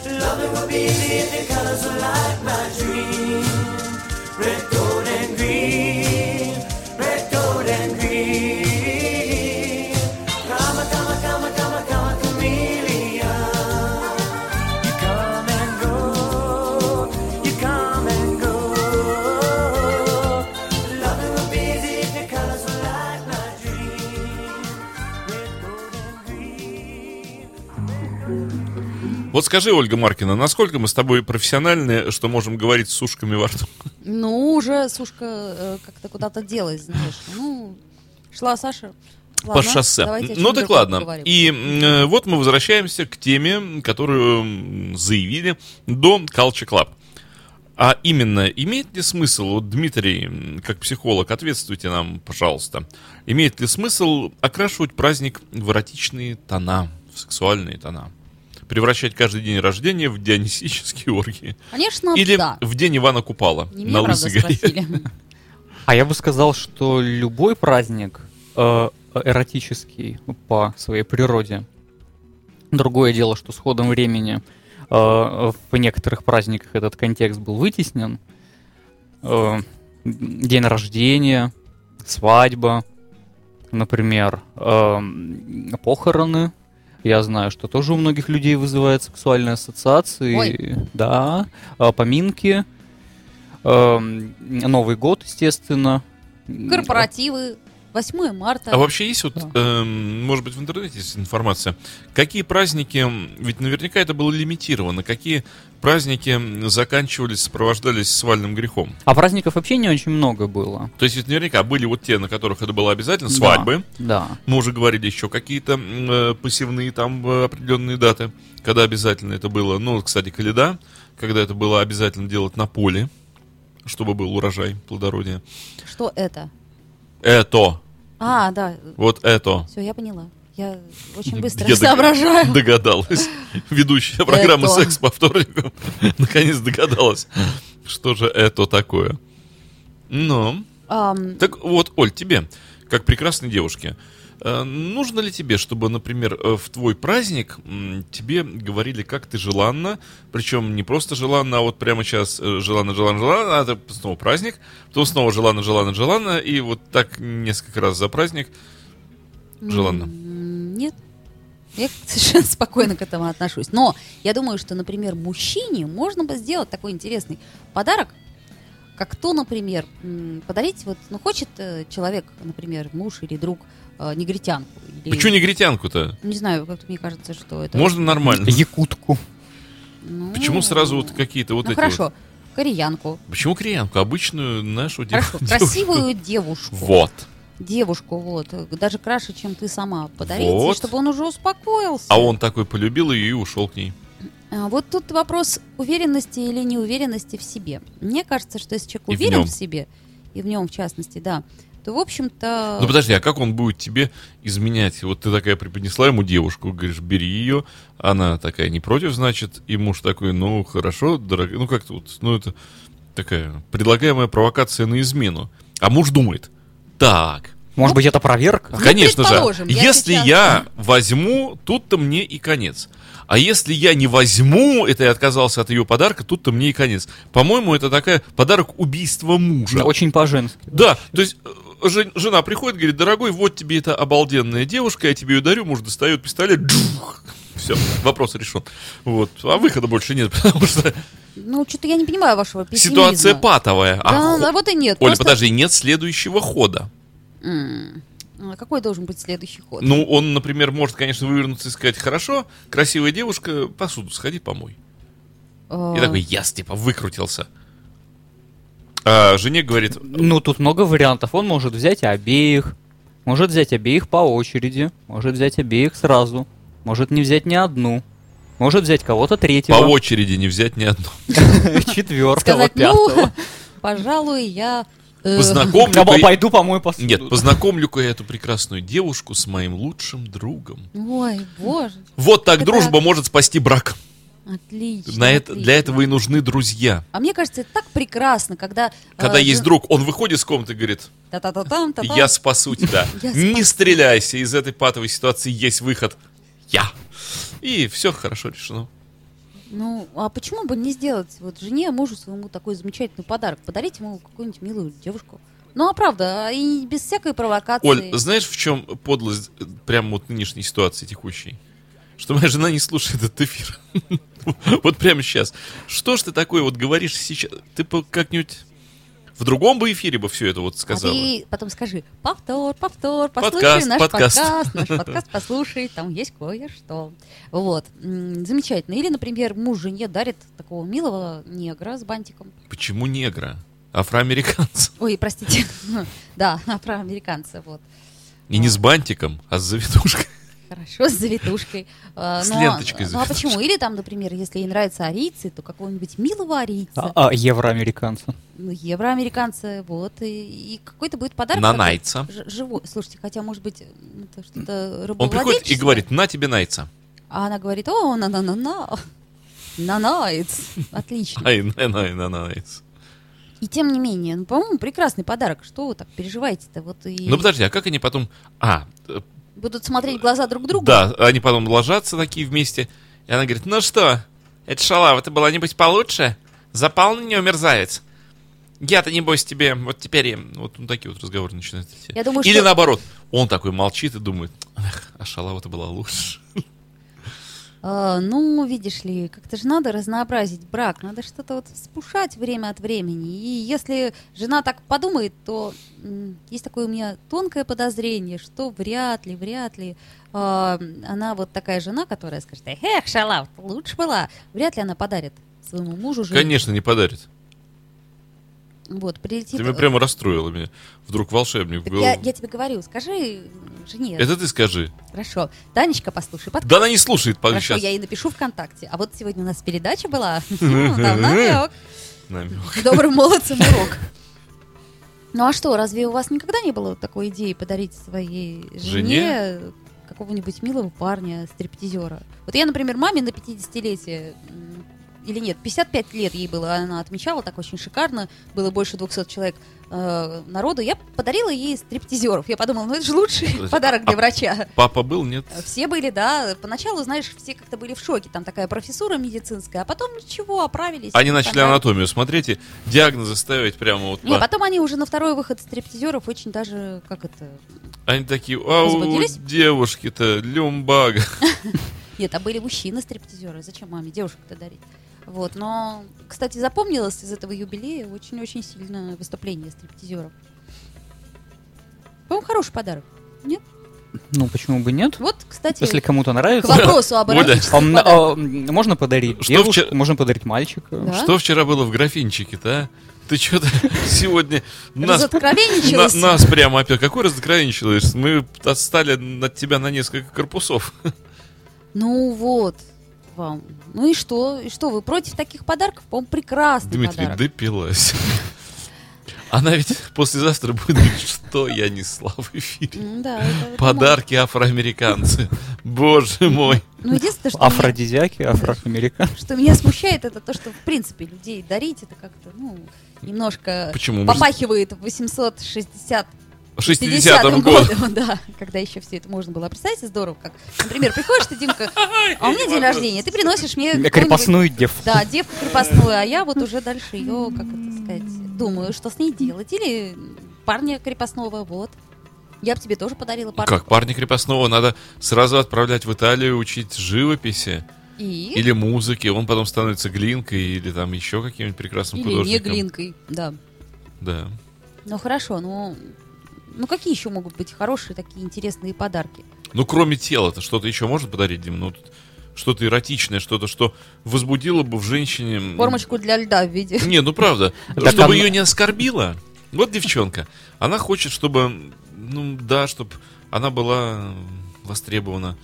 believe the colors are like my dream. Red, gold, and green. Red, gold, and green. Come on, come on, come on, come on, come on, chameleon. You come and go. You come and go. Loving will be easy if the colors are like my dream. Red, gold, and green. Вот скажи, Ольга Маркина, насколько мы с тобой профессиональны, что можем говорить с сушками во рту? Ну, уже сушка э, как-то куда-то делась, знаешь. Ну, шла Саша. по Ладно, шоссе. давайте о ну чём так другом ладно. поговорим. И м, э, вот мы возвращаемся к теме, которую м, заявили до Culture Club. А именно, имеет ли смысл, вот Дмитрий, м, как психолог, ответствуйте нам, пожалуйста, имеет ли смысл окрашивать праздник в эротичные тона, в сексуальные тона? Превращать каждый день рождения в дионисические оргии? Конечно, Или Ну да. в день Ивана Купала Не на меня, правда, Лысой горе? спросили. (laughs) А я бы сказал, что любой праздник э, эротический ну, по своей природе. Другое дело, что с ходом времени э, в некоторых праздниках этот контекст был вытеснен. Э, день рождения, свадьба, например, эм, похороны. Я знаю, что тоже у многих людей вызывает сексуальные ассоциации. Ой. Да, э, поминки. Эм, Новый год, естественно. Корпоративы, 8 марта. А вообще есть вот, эм, может быть, в интернете есть информация, какие праздники, м, ведь наверняка это было лимитировано, какие праздники м, заканчивались, сопровождались свальным грехом? А праздников вообще не очень много было. То есть ведь наверняка были вот те, на которых это было обязательно, свадьбы, Да. мы уже говорили еще какие-то м, э, посевные там э, определенные даты, когда обязательно это было, ну, кстати, каледа, когда это было обязательно делать на поле, чтобы был урожай, плодородие. Что это? Это, А, да, вот это. все, я поняла. Я очень быстро Я дог- (laughs) соображаю. Догадалась. Ведущая программы Это. «Секс по вторникам» (laughs) наконец догадалась, что же это такое. Ну, Ам, так вот, Оль, тебе, как прекрасной девушке, э, нужно ли тебе, чтобы, например, э, в твой праздник м, тебе говорили, как ты желанна, причем не просто желанна, а вот прямо сейчас э, желанна, желанна, желанна, а это снова праздник, потом снова желанна, желанна, желанна, и вот так несколько раз за праздник желанно. М, Нет. Я (laughs) совершенно спокойно к этому отношусь. Но я думаю, что, например, мужчине можно бы сделать такой интересный подарок, как то, например, м, подарить, вот, ну, хочет э, человек, например, муж или друг, э, негритянку. или- Ну, Почему негритянку-то? Не знаю, как-то мне кажется, что это... Можно нормально. Якутку. Ну, Почему сразу вот какие-то вот ну, эти хорошо, вот? (laughs) кореянку. Почему кореянку? Обычную нашу дев- Хорошо, девушку. (laughs) красивую девушку. Вот. Девушку, вот. э, Даже краше, чем ты сама. Подарить, и Вот. чтобы он уже успокоился. А он такой полюбил ее и ушел к ней. А, Вот тут вопрос уверенности или неуверенности в себе. Мне кажется, что если человек И в уверен нём. в, себе, и в нем в частности, да, то, в общем-то... Ну подожди, а как он будет тебе изменять? Вот ты такая преподнесла ему девушку, говоришь, бери ее. Она такая не против, значит. И муж такой, ну хорошо, дорогая. Ну как-то вот, ну это такая предлагаемая провокация на измену. А муж думает, так, Может быть, это проверка? Конечно же. Ну, предположим, я Если сейчас- я возьму, тут-то мне и конец. А если я не возьму, это я отказался от ее подарка, тут-то мне и конец. По-моему, это такая подарок убийства мужа. Да, Очень по-женски. Да, то есть э, жен- жена приходит, говорит, дорогой, вот тебе эта обалденная девушка, я тебе ее дарю, муж достает пистолет, все, вопрос решен. Вот, а выхода больше нет, (laughs) потому что Ну, что-то я не понимаю вашего пессимизма. ситуация патовая. А Да, хо- да, вот и нет. Оль, Просто- подожди, нет следующего хода. М, а Какой должен быть следующий ход? Ну, он, например, может, конечно, вывернуться и сказать, хорошо, красивая девушка, посуду сходи помой. А, И такой, я, типа, выкрутился. А жене говорит, Ну, тут много вариантов. Он может взять обеих. Может взять обеих по очереди. Может взять обеих сразу. Может не взять ни одну. Может взять кого-то Типа. по третьего, очереди не взять ни одну. (laughs) четвертого, Сказать, (laughs) ну, пятого. пожалуй, я... э, Я Познакомлю-ка бы- и- пойду помою посуду. Нет, познакомлю-ка я эту прекрасную девушку с моим лучшим другом. Ой, боже, Вот так Это- дружба может спасти брак. отлично. На это, для отлично. этого и нужны друзья. А мне кажется, это так прекрасно, когда... Когда э, есть ну, друг, он выходит из комнаты и говорит, та-та-та-там, та-та. я спасу тебя. Я Не стреляйся, из этой патовой ситуации есть выход. Я. И все хорошо решено. Ну, а почему бы не сделать вот жене, мужу своему такой замечательный подарок? Подарить ему какую-нибудь милую девушку. Ну, а правда, а и без всякой провокации. Оль, знаешь, в чем подлость э, прям вот нынешней ситуации текущей? Что моя жена не слушает этот эфир. (laughs) Вот прямо сейчас. Что ж ты такое вот говоришь сейчас? Ты бы как-нибудь в другом бы эфире бы все это вот а сказала. ты потом скажи, повтор, повтор, послушай Подкаст, наш подкаст». подкаст. наш подкаст послушай, там есть кое-что. Вот, М, замечательно. Или, например, муж жене дарит такого милого негра с бантиком. Почему негра? Афроамериканца. (laughs) Ой, простите, (laughs) да, афроамериканца, вот. И не с бантиком, а с завитушкой. Хорошо, с завитушкой. А, С ну, а- ленточкой Ну а завитушкой. почему? Или там, например, если ей нравятся арийцы, то какого-нибудь милого арийца, А, а, евроамериканца. ну, евроамериканца, вот, и, и какой-то будет подарок. На который найца. ж- Живой. Слушайте, хотя, может быть, м, это что-то Он приходит и рабовладельческое. говорит, на тебе найца. А она говорит, о, на-на-на-на. На найц. (laughs) Отлично. Ай, на, на, на, на, найц. И тем не менее, ну, по-моему, прекрасный подарок. Что вы так переживаете-то? Вот и Ну подожди, а как они потом... А, э, будут смотреть в глаза друг другу. да, они потом ложатся такие вместе. И она говорит, ну что, это шалава, ты была-нибудь получше? Запал на нее мерзавец. Я-то, небось, тебе вот теперь... им». Вот ну, такие вот разговоры начинаются. все. Я думаю, Или что- наоборот, он такой молчит и думает, «Эх, а шалава-то была лучше. А, ну, видишь ли, как-то же надо разнообразить брак, надо что-то вот спушать время от времени. И если жена так подумает, то м, есть такое у меня тонкое подозрение, что вряд ли, вряд ли а, она вот такая жена, которая скажет, эх, шалав, лучше была, вряд ли она подарит своему мужу жене. Конечно, не подарит. Вот, прилетит. Ты меня прямо расстроила меня. Вдруг волшебник в Типа Так я, голову. я тебе говорю, скажи м, жене, Это ты скажи. хорошо, Танечка, послушай, подкаст. Да она не слушает, пока Хорошо, сейчас. я ей напишу ВКонтакте. А вот сегодня у нас (laughs) передача была. (laughs) Ну, Там намек. Намёк. Добрым молодцем урок. (laughs) Ну а что, разве у вас никогда не было такой идеи подарить своей жене, какого-нибудь милого парня, стриптизера? Вот я, например, маме на 50-летие, м, или нет, 55 лет ей было, она отмечала так очень шикарно, было больше 200 человек э, народу, я подарила ей стриптизеров. Я подумала, ну это же лучший (laughs) Подожди, подарок для а- врача. Папа был, нет? Все были, да. Поначалу, знаешь, все как-то были в шоке. Там такая профессура медицинская, а потом ничего, оправились. Они начали Понравилось. анатомию смотреть и диагнозы ставить прямо вот Не, по- потом они уже на второй выход стриптизеров очень даже, как это... Они такие, а у Возбудились? девушки-то люмбага. Нет, а были мужчины-стриптизеры. Зачем маме девушек-то дарить? Вот, но, кстати, запомнилось из этого юбилея очень-очень сильно выступление стриптизеров. По-моему, хороший подарок. Ну, почему бы нет? Вот, кстати, Если кому-то к нравится. вопросу об Оля. А эротических м- подарках. а, м, можно подарить Что девушку, вчера- можно подарить мальчика. Да. Что вчера было в графинчике-то, а? Ты что-то (laughs) сегодня нас, на- Разоткровенничалась. нас прямо опять... Какой разграничиваешь? Мы отстали от тебя на несколько (laughs) корпусов. Ну вот вам. Ну и что? И что, вы против таких подарков? По-моему, прекрасный Дмитрий, подарок. допилась. Она ведь послезавтра будет говорить, что я несла в эфире. М, Да, это- это Подарки афроамериканцы. Боже мой. можно. Ну, единственное, А что, меня, Афродизиаки, афроамерикан. что меня смущает, это то, что, в принципе, людей дарить, это как-то, ну, немножко Почему? попахивает 860 В 60-м году. годом, (laughs) да, когда еще все это можно было. А Представляете, здорово, как, например, приходишь ты, (laughs) Димка, а у меня день рождения, ты приносишь мне какую-нибудь- Крепостную дев. Да, девку крепостную, а я вот уже дальше ее, как это сказать, думаю, что с ней делать. Или парня крепостного, вот. Я бы тебе тоже подарила Ну парня. Как парня крепостного надо сразу отправлять в Италию учить живописи И? или музыки. Он потом становится глинкой или там еще каким-нибудь прекрасным Или не художником. глинкой, да. Да. Ну хорошо, ну... Ну какие еще могут быть хорошие такие интересные подарки? Ну, кроме тела-то, что-то еще может подарить, Дим? Ну, тут что-то эротичное, что-то, что возбудило бы в женщине... м, Формочку для льда в виде. Не, ну правда. Так чтобы она- ее не оскорбило. Вот девчонка. Она хочет, чтобы, ну да, чтобы она была востребована,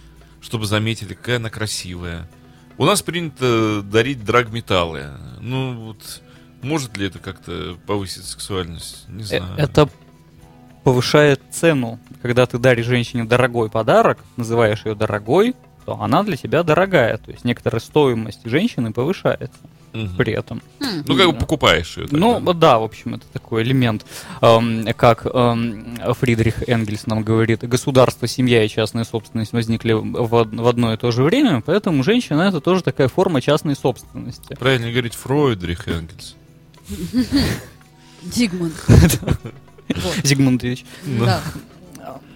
чтобы заметили, какая она красивая. У нас принято дарить драгметаллы. Ну вот, может ли это как-то повысить сексуальность? Не Э, знаю. Это повышает цену. Когда ты даришь женщине дорогой подарок, называешь ее дорогой, что она для тебя дорогая, то есть некоторая стоимость женщины повышается Мгм. при этом. Хм. Ну, как бы покупаешь ее. тогда. Ну, да, в общем, это такой элемент, эм, как эм, Фридрих Энгельс нам говорит, государство, семья и частная собственность возникли в, од- в одно и то же время, поэтому женщина это тоже такая форма частной собственности. Правильно говорить Фройдрих Энгельс. (laughs) Дигман. Зигмундович. ну, Да.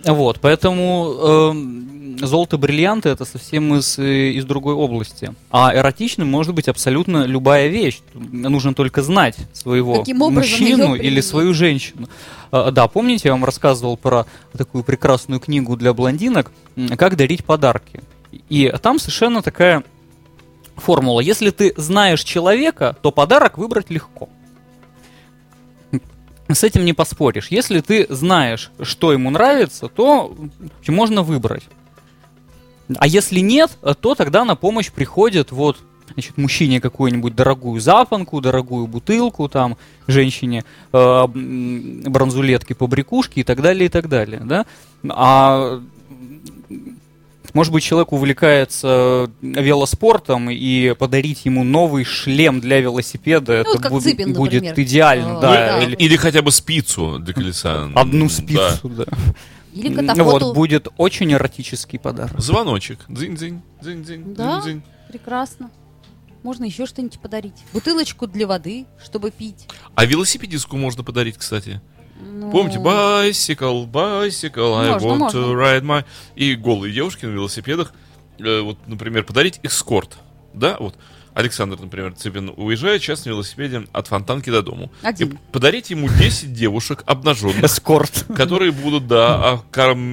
Вот, поэтому эм, золото бриллианты это совсем из, э, из другой области. А эротичным может быть абсолютно любая вещь. Нужно только знать своего Каким образом мужчину её или применить? свою женщину. А, да, помните, я вам рассказывал про такую прекрасную книгу для блондинок м, «Как дарить подарки». И там совершенно такая формула. Если ты знаешь человека, то подарок выбрать легко. С этим не поспоришь. Если ты знаешь, что ему нравится, то м, можно выбрать. А если нет, то тогда на помощь приходит вот значит, мужчине какую-нибудь дорогую запонку, дорогую бутылку, там, женщине э, м, бронзулетки, побрякушки и так далее, и так далее, да? А м, может быть, человек увлекается велоспортом, и подарить ему новый шлем для велосипеда, это Ну, вот как бу- Цыпин, будет например. идеально, А, да. да. или- Ну, Или, или хотя бы спицу для колеса. Одну Эм, Да. спицу, да. Или М, Вот, катафоту. будет очень эротический подарок. Звоночек. Дзинь-дзинь, дзинь-дзинь, Да. дзинь-дзинь. Прекрасно. Можно еще что-нибудь подарить. Бутылочку для воды, чтобы пить. А велосипедистку можно подарить, кстати. Ну, Помните, bicycle, bicycle, I Можно, want можно. to ride my... И голые девушки на велосипедах, э, вот, например, подарить эскорт, да, вот. Александр, например, Цыпин уезжает сейчас на велосипеде от фонтанки до дому. Один. И подарить ему 10 девушек (laughs) обнаженных, Эскорт. которые будут, да,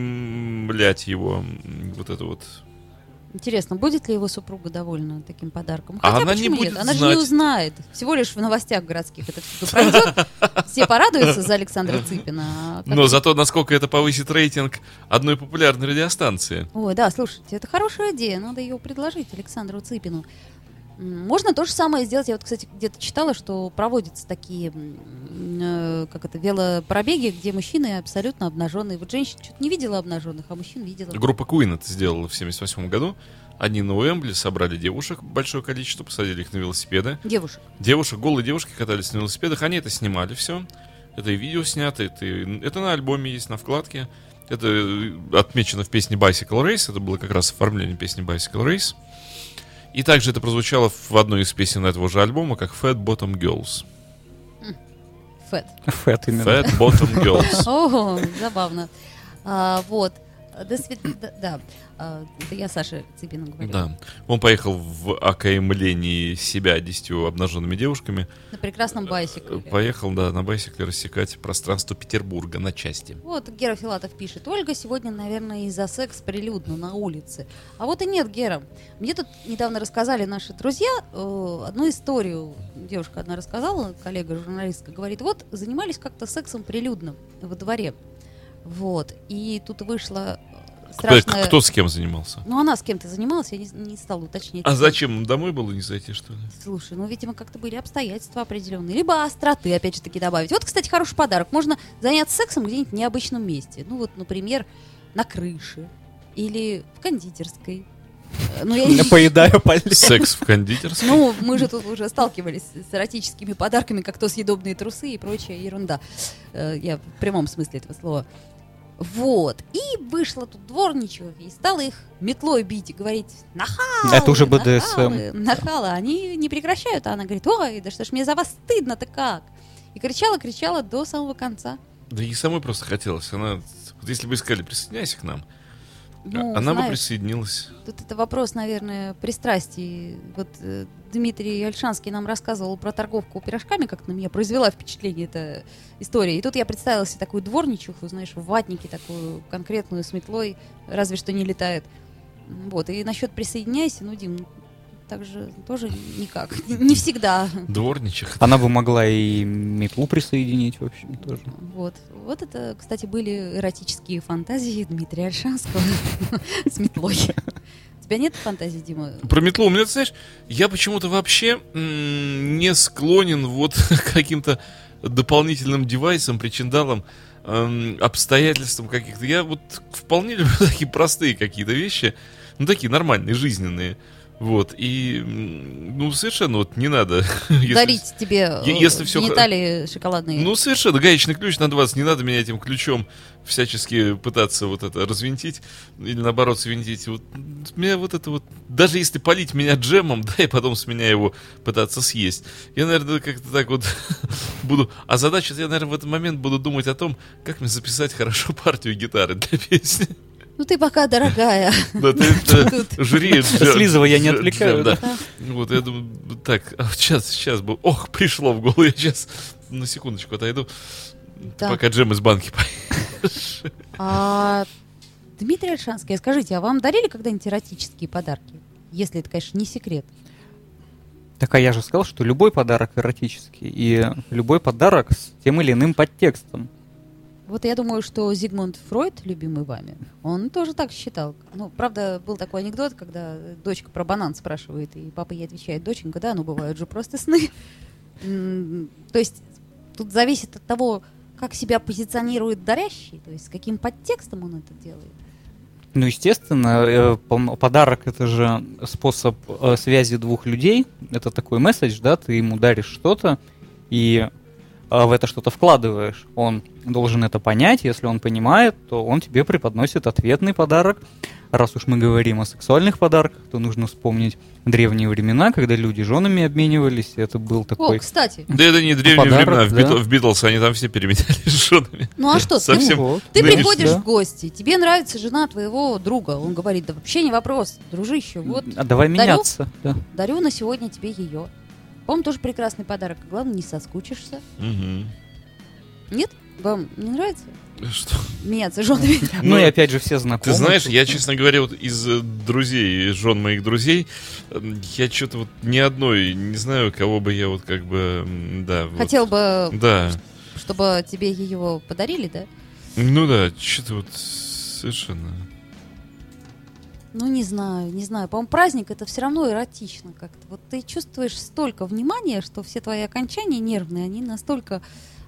окормлять его, м, вот это вот. Интересно, будет ли его супруга довольна таким подарком? А Хотя она не почему будет нет? Она же знать. не узнает. Всего лишь в новостях городских это всё пройдет. Все порадуются за Александра Цыпина. А как- Но зато насколько это повысит рейтинг одной популярной радиостанции. Ой, да, слушайте, это хорошая идея, надо ее предложить Александру Цыпину. М, Можно то же самое сделать. Я вот, кстати, где-то читала, что проводятся такие, м, э, как это, велопробеги, где мужчины абсолютно обнаженные. Вот женщин что-то не видела обнаженных, а мужчин видела. Группа Queen это сделала в 78 году. Они на Уэмбли собрали девушек, большое количество, посадили их на велосипеды. Девушек. Девушек, голые девушки катались на велосипедах. Они это снимали все. Это и видео снято, это, и- это на альбоме есть, на вкладке. Это э, отмечено в песне Bicycle Race. Это было как раз оформление песни Bicycle Race. И также это прозвучало в одной из песен этого же альбома, как Fat Bottom Girls. (laughs) Фэт. Фэт именно. Fat Bottom Girls. О, забавно. А, Вот. До свидания. Да. А, Это я Саша Цыпина говорю. Да. Он поехал в окаймлении себя десятью обнаженными девушками. На прекрасном Э, байсикле. Поехал, да, на байсикле рассекать пространство Петербурга на части. Вот Гера Филатов пишет. Ольга сегодня, наверное, из-за секс прилюдно на улице. А вот и нет, Гера. Мне тут недавно рассказали наши друзья э, одну историю. Девушка одна рассказала, коллега журналистка, говорит, вот занимались как-то сексом прилюдно во дворе. Вот. И тут вышла Кто, страшная... кто с кем занимался? Ну, она с кем-то занималась, я не, не стала уточнять. А зачем? им Домой было не зайти, что ли? Слушай, ну, видимо, как-то были обстоятельства определенные. Либо остроты, опять же таки, добавить. Вот, кстати, хороший подарок. Можно заняться сексом где-нибудь в необычном месте. Ну, вот, например, на крыше. Или в кондитерской. Э, Ну, я не- Поедаю палец. Секс в кондитерской? Ну, мы же тут уже сталкивались с эротическими подарками, как то съедобные трусы и прочая ерунда. Э, Я в прямом смысле этого слова. Вот. И вышла тут дворничего и стала их метлой бить и говорить, нахалы, Это уже нахалы, нахалы». Они не прекращают, а она говорит, ой, да что ж мне за вас стыдно-то как? И кричала, кричала до самого конца. Да и самой просто хотелось. Она, вот если бы искали, присоединяйся к нам, Ну, А она бы знаешь, присоединилась. Тут это вопрос, наверное, пристрастий. Вот э, Дмитрий Альшанский нам рассказывал про торговку пирожками, как на меня произвела впечатление эта история. И тут я представила себе такую дворничиху, знаешь, в ватнике такую конкретную с метлой, разве что не летает. Вот, и насчет присоединяйся, ну, Дим, так же тоже никак. (laughs) Не всегда. Дворничих. Она бы могла и метлу присоединить, в общем, тоже. Вот. Вот это, кстати, были эротические фантазии Дмитрия Альшанского (laughs) с метлой. У тебя нет фантазий, Дима? Про метлу. У меня, ты знаешь, я почему-то вообще м, не склонен вот (laughs) к каким-то дополнительным девайсам, причиндалам, (laughs) эм, обстоятельствам каких-то. Я вот вполне люблю такие простые какие-то вещи. ну, такие нормальные, жизненные. Вот, и, м, ну, совершенно вот не надо. (laughs) если- Дарить тебе э, е- если всё хо- гениталии шоколадные. Ну, совершенно, гаечный ключ на 20, не надо меня этим ключом всячески пытаться вот это развинтить, или наоборот свинтить. Вот, м, меня вот это вот, даже если полить меня джемом, (laughs) да, и потом с меня его пытаться съесть. Я, наверное, как-то так вот (laughs) буду... А задача, я, наверное, в этот момент буду думать о том, как мне записать хорошо (laughs) партию гитары для песни. Ну, ты (laughs) пока, дорогая. Да, ты это Тут. жри. джем, Слизывая я не джем, отвлекаю, да. Вот, я думаю, так, а сейчас, сейчас был. Ох, пришло в голову, я сейчас на секундочку отойду. Да. Пока джем из банки поел. А, Дмитрий Альшанский, а скажите, а вам дарили когда-нибудь эротические подарки? Если это, конечно, не секрет. Так а я же сказал, что любой подарок эротический, и любой подарок с тем или иным подтекстом. Вот я думаю, что Зигмунд Фройд, любимый вами, он тоже так считал. Ну, правда, был такой анекдот, когда дочка про банан спрашивает, и папа ей отвечает, доченька, да, ну бывают же просто сны. (laughs) М, То есть тут зависит от того, как себя позиционирует дарящий, то есть с каким подтекстом он это делает. Ну, естественно, э, пом- подарок это же способ э, связи двух людей. Это такой месседж, да, ты ему даришь что-то и э, в это что-то вкладываешь. Он должен это понять. Если он понимает, то он тебе преподносит ответный подарок. Раз уж мы говорим о сексуальных подарках, то нужно вспомнить древние времена, когда люди женами обменивались. и Это был такой О, кстати, Да это не древние Подарок, времена, в, да. Битл- в Битлз они там все переменялись женами. ну а что, ты Совсем Ну вот. Ты Нынеш- приходишь да. в гости, тебе нравится жена твоего друга. Он говорит, да вообще не вопрос, дружище, вот, А давай дарю. меняться. Да. дарю на сегодня тебе ее. По-моему, тоже прекрасный подарок. Главное, не соскучишься. Мгм. Нет? Вам не нравится Что? меняться женами? Ну, Ну, и опять же все Ты знакомые. знаешь, (laughs) я, честно говоря, вот из э, друзей, из жен моих друзей, э, я что-то вот ни одной, не знаю, кого бы я вот как бы, м, да. вот. Хотел бы, Да. чтобы тебе ее подарили, да? Ну да, что-то вот совершенно. Ну, не знаю, не знаю. По-моему, праздник это все равно эротично как-то. Вот ты чувствуешь столько внимания, что все твои окончания нервные, они настолько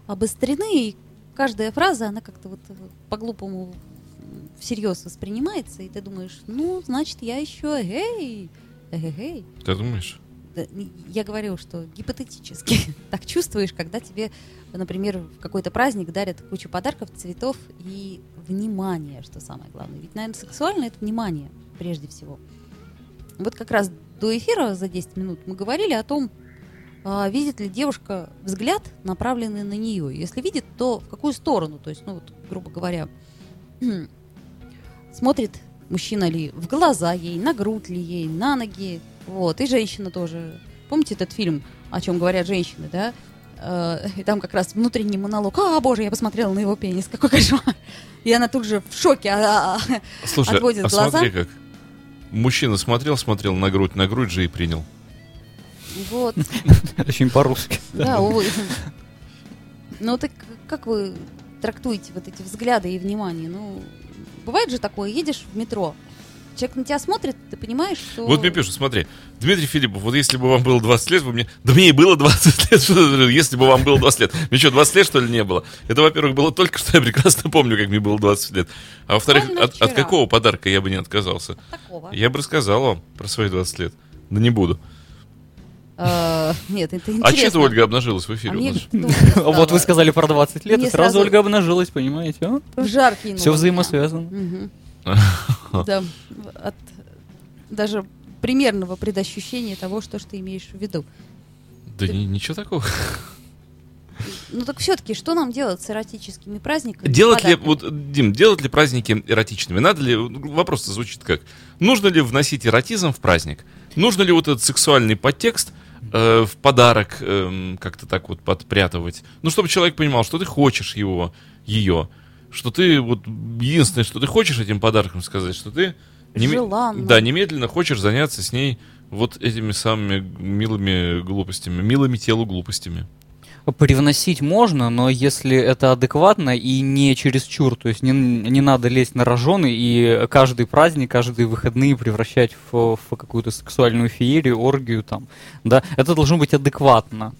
обострены, и каждая фраза, она как-то вот э, по-глупому м, всерьез воспринимается, и ты думаешь, ну, значит, я еще эй, эй, Ты думаешь? Я говорю, что гипотетически (laughs) так чувствуешь, когда тебе, например, в какой-то праздник дарят кучу подарков, цветов и внимание, что самое главное. Ведь, наверное, сексуально это внимание прежде всего. Вот как раз до эфира за 10 минут мы говорили о том, а, видит ли девушка взгляд, направленный на нее. Если видит, то в какую сторону? То есть, ну вот, грубо говоря, (clears throat) смотрит мужчина ли в глаза ей, на грудь ли ей, на ноги. Вот, и женщина тоже. Помните этот фильм, о чем говорят женщины, да? Э, И там как раз внутренний монолог. А, боже, я посмотрела на его пенис, какой кошмар. (laughs) И она тут же в шоке. а, а, а. (laughs) Слушай, Отводит а глаза. смотри как. Мужчина смотрел, смотрел на грудь, на грудь же и принял. Вот. Очень по-русски. Да, увы. Ну так как вы трактуете вот эти взгляды и внимание? Ну, бывает же такое, едешь в метро, человек на тебя смотрит, ты понимаешь, что... Вот мне пишут, смотри, Дмитрий Филиппов, вот если бы вам было 20 лет, вы мне... Да мне и было 20 (laughs) лет, что ты, если бы вам было 20 лет. Мне что, 20 лет, что ли, не было? Это, во-первых, было только что, я прекрасно помню, как мне было 20 лет. А во-вторых, Буквально от, от вчера. какого подарка я бы не отказался? Такого. Я бы рассказал вам про свои 20 лет. Да не буду. Э, Нет, это А что это интересно. А Ольга обнажилась в эфире? у мне нас? кто-то Вот вы стало сказали про 20 лет, и Мне сразу сразу- Ольга обнажилась, понимаете? В жар кинула Все меня. взаимосвязано. (laughs) Мгм. Да, от даже примерного предощущения того, что ж ты имеешь в виду. Да ни- ничего такого. Ну так все-таки, что нам делать с эротическими праздниками? Делать ли, Подарками? вот, Дим, делать ли праздники эротичными? Надо ли, вопрос звучит как, нужно ли вносить эротизм в праздник? Нужно ли вот этот сексуальный подтекст э, в подарок эм, как-то так вот подпрятывать? Ну, чтобы человек понимал, что ты хочешь его, ее, что ты вот единственное, что ты хочешь этим подарком сказать, что ты неме- Желанно. да, немедленно хочешь заняться с ней вот этими самыми милыми глупостями, милыми телу глупостями. Привносить можно, но если это адекватно и не чересчур, то есть не, не надо лезть на рожоны и каждый праздник, каждые выходные превращать в, в какую-то сексуальную феерию, оргию там, да, это должно быть адекватно.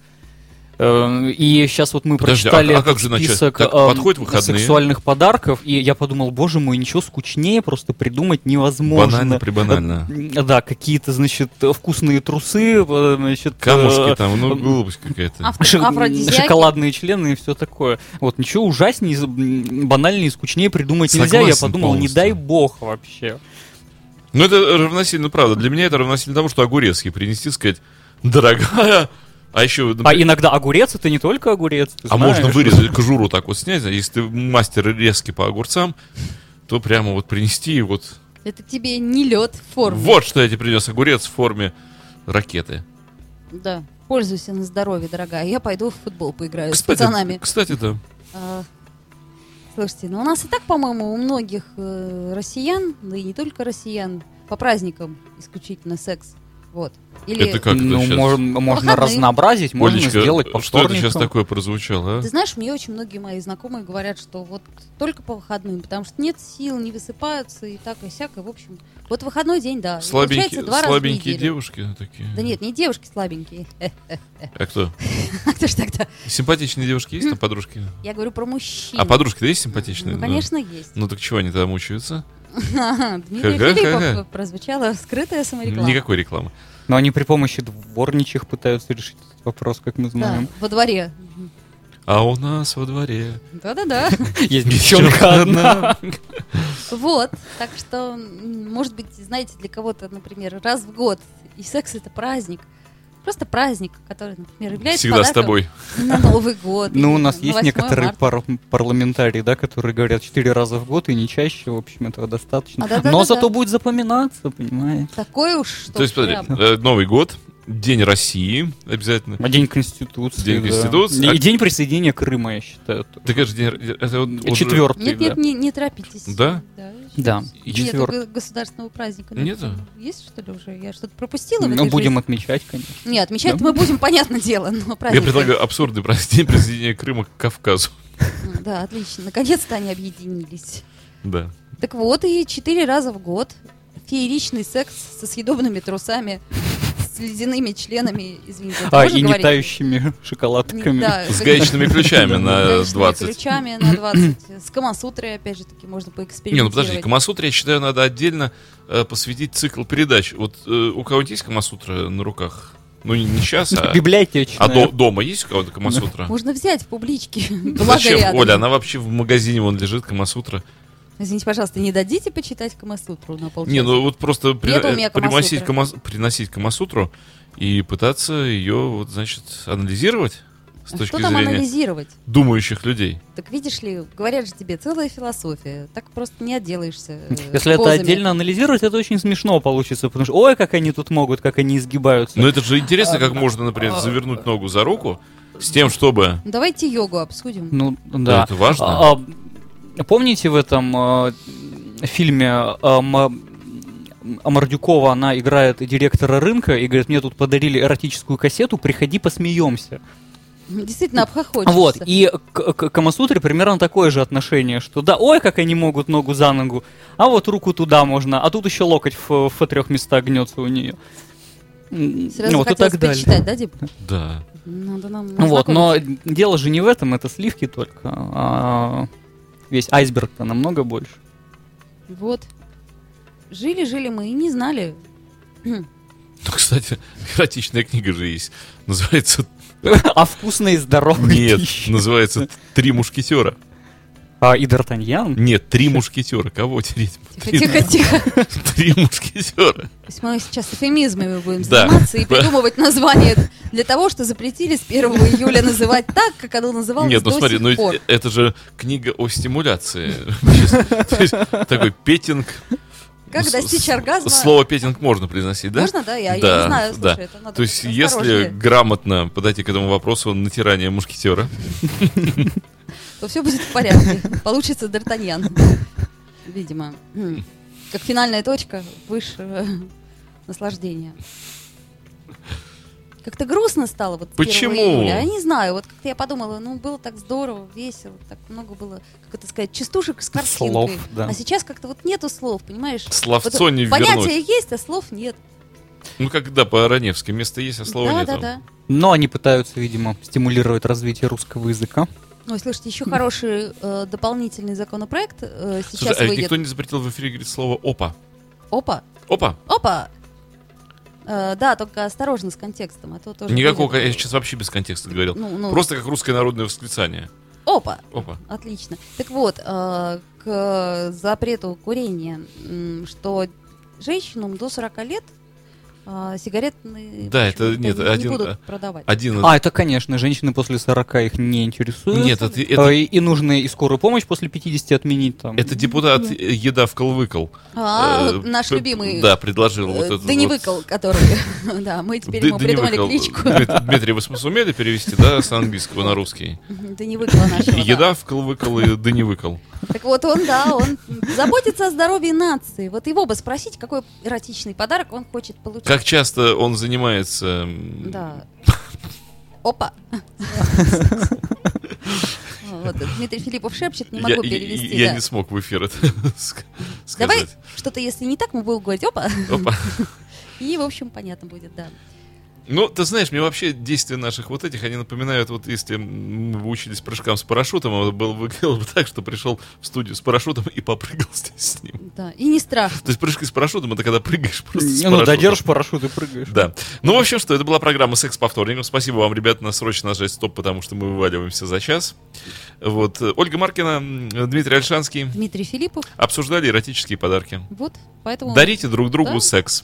Э, И сейчас вот мы Подожди, а- прочитали а как же начать? список Так, эм, подходят выходные? сексуальных подарков, и я подумал, боже мой, ничего скучнее просто придумать Банально, невозможно. прибанально. Э, Да, какие-то, значит, э, вкусные трусы, э, значит, э, Камушки там, ну, глупость какая-то. (laughs) Авто- ши- Афродизиаки. шоколадные члены и все такое. Вот ничего ужаснее, м, банальнее и скучнее придумать нельзя. Я Согласен подумал, не полностью. дай бог вообще. Ну, это равносильно, правда. Для меня это равносильно тому, что огурец ей принести, сказать, дорогая, а еще... А иногда огурец это не только огурец. ты А знаешь. можно вырезать кожуру так вот снять, если ты мастер резки по огурцам, то прямо вот принести и вот... Это тебе не лед в форме. Вот что я тебе принес, огурец в форме ракеты. Да. Пользуйся на здоровье, дорогая. Я пойду в футбол поиграю с Кстати, пацанами. Кстати, да. А, Слушайте, ну у нас и так, по-моему, у многих э, россиян, да и не только россиян, по праздникам исключительно секс. Вот. Или Это как это ну, сейчас? мож- можно Выходные. разнообразить, можно Олечка, сделать по что это сейчас вторникам. такое прозвучало, а? Ты знаешь, мне очень многие мои знакомые говорят, что вот только по выходным, потому что нет сил, не высыпаются и так и всякое. В общем, вот выходной день, да. И Слабенькие, получается, два раза в слабенькие неделю. девушки такие. Да нет, не девушки слабенькие. (laughs) А кто? Кто ж тогда? Симпатичные девушки есть там, подружки? Я говорю про мужчин. А подружки-то есть симпатичные? Ну, конечно, есть. Ну так чего они там мучаются? (laughs) Дмитрий Ха-ха-ха-ха. Филиппов прозвучала скрытая самореклама. Никакой рекламы. Но они при помощи дворничих пытаются решить этот вопрос, как мы Да, знаем. во дворе. А у нас во дворе (laughs) Да-да-да. Есть девчонка одна. Вот. Так что, м, может быть, знаете, для кого-то, например, раз в год. И секс это праздник. Просто праздник, который, например, является всегда с подарком тобой. на Новый год. Ну, у нас на есть 8 некоторые марта. пар- парламентарии, да, которые говорят четыре раза в год и не чаще, в общем, этого достаточно. А, да-да-да-да. Но зато будет запоминаться, понимаете. Такое уж, что То есть, смотри, прям. э, Новый год, День России обязательно. А День Конституции. День да. Конституции. И день присоединения Крыма, я считаю. тоже. Ты кажешь, день... Р- это вот уже- Четвертый, Нет, да. нет, не, не торопитесь. Да? Да. И Нету четвертый. г- государственного праздника. Нету? Есть что ли уже? Я что-то пропустила? в Ну, этой будем жизни? отмечать, конечно. Не, отмечать Да. мы будем, (laughs) понятное дело, но Я праздник. предлагаю абсурдный праздник, день присоединения Крыма к Кавказу. Ну, Да, отлично. Наконец-то они объединились. Да. Так вот, и четыре раза в год фееричный секс со съедобными трусами, с ледяными членами, извините, это А, можно и не говорить? тающими (laughs) шоколадками. Не- (laughs) да, С как- гаечными ключами с на гаечными 20. ключами на (clears throat) 20. С Камасутрой, опять же таки, можно Не, ну поэкспериментировать. подожди, Камасутра, я считаю, надо отдельно э, посвятить цикл передач. Вот э, у кого-нибудь есть Камасутра на руках? Ну, не не сейчас, а, Библиотечная. а до- дома есть у кого-то Камасутра? Можно взять в публичке. (laughs) Благо Зачем? Ну, рядом. Оля, она вообще в магазине, вон лежит Камасутра. Извините, пожалуйста, не дадите почитать Камасутру на полчаса? Не, ну вот просто при- Нет у меня э, приносить, Камасутры. Камас- приносить Камасутру и пытаться ее, вот, значит, анализировать с А точки Что там зрения анализировать? думающих людей. Так видишь ли, говорят же тебе, целая философия. Так просто не отделаешься. э, Если это позами. отдельно анализировать, это очень смешно получится, потому что ой, как они тут могут, как они изгибаются. Но Ну, это же интересно, как можно, А. например, завернуть ногу за руку с тем, чтобы... Ну, Давайте йогу обсудим. Ну да. Это важно. А, а, помните в этом э, фильме э, М- а Мордюкова, она играет директора рынка и говорит, мне тут подарили эротическую кассету, приходи посмеемся. Действительно, обхохочешься. Вот, и к, к Камасутре примерно такое же отношение, что да, ой, как они могут ногу за ногу, а вот руку туда можно, а тут еще локоть в, в трех местах гнется у нее. М, Сразу вот и хотелось так далее. почитать, да, Дип? Да. Надо нам Ну вот, но ознакомиться. дело же не в этом, это сливки только. а весь айсберг-то намного больше. Вот. Жили-жили мы и не (laughs) знали. Ну, кстати, (laughs) эротичная книга же есть. Называется... (laughs) А вкусной и здоровой Нет, ну. пищи. называется «Три мушкетера». А, и Д'Артаньян? Нет, «Три мушкетера». Кого тереть? Три- Тихо-тихо-тихо. «Три мушкетера». То есть мы сейчас эфемизмами будем Да. заниматься и придумывать название для того, что запретили с 1 июля называть так, как оно называлось Нет, ну до смотри, сих ну пор. ведь это же книга о стимуляции. (laughs) То есть Такой петинг. Как С- достичь с- оргазма? Слово петинг можно произносить, да? Можно, да? Я, я Да, не знаю, слушай, да. это надо То есть, быть если осторожнее, грамотно подойти к этому вопросу натирание мушкетера, то все будет в порядке. Получится Д'Артаньян. Видимо. М. Как финальная точка высшего наслаждения. Как-то грустно стало вот с 1 Почему? июля. Я не знаю, вот как-то я подумала, ну было так здорово, весело, так много было, как это сказать, частушек с картинкой. Слов, да. А сейчас как-то вот нету слов, понимаешь? словцо Вот не вернуть. понятия есть, а слов нет. Ну, когда по-араневски место есть, а слова да, нет. да, да. Но они пытаются, видимо, стимулировать развитие русского языка. Ну, (laughs) слушайте, еще хороший э, дополнительный законопроект э, сейчас а ведь выйдет. никто не запретил в эфире говорить слово «опа». Опа, Опа! опа. Э, да, только осторожно с контекстом, а то тоже. Никакого, будет- я сейчас вообще без контекста говорил. Ну, ну, Просто как русское народное восклицание. Опа. Опа. Отлично. Так вот, э, к запрету курения, м, что женщинам до 40 лет э, сигаретные Да, это почему-то нет, не один, будут а, продавать. Один. А, это, конечно, женщины после 40 их не интересуют. Нет, это, А, это, И, и нужно и скорую помощь после 50 отменить там. это депутат э, еда вкл-выкл. А, э, наш п- любимый Да, предложил вот э, этот вот- Данивыкл, который... (laughs) Да, мы теперь Д- ему придумали Данивыкл. кличку. (laughs) Дмит- Дмитрий, вы сумели перевести, да, с английского на русский? Данивыкла (laughs) нашего. да. Еда вкл-выкл и данивыкл. Так вот он, да, он заботится о здоровье нации. Вот его бы спросить, какой эротичный подарок он хочет получить. Как часто он занимается... м, (laughs) Да. Опа. Вот, Дмитрий Филиппов шепчет, не я, могу я- перевести. я да. не смог в эфир это (laughs) ск- Давай сказать. что-то, если не так, мы будем говорить опа. (laughs) Опа. И, в общем, понятно будет, да. Ну, ты знаешь, мне вообще действия наших вот этих, они напоминают, вот если м, мы учились прыжкам с парашютом, это было, выглядело бы так, что пришел в студию с парашютом и попрыгал (laughs) здесь с ним. Да. И не страшно. То есть прыжки с парашютом, это когда прыгаешь просто с Ну, парашютом. додержишь парашют и прыгаешь. Да. Ну, в общем, что, это была программа «Секс по вторникам». Спасибо вам, ребят, нас срочно нажать стоп, потому что мы вываливаемся за час. Вот. э, Ольга Маркина, м, Дмитрий Альшанский Дмитрий Филиппов, обсуждали эротические подарки. вот, поэтому... Дарите друг другу Да. секс.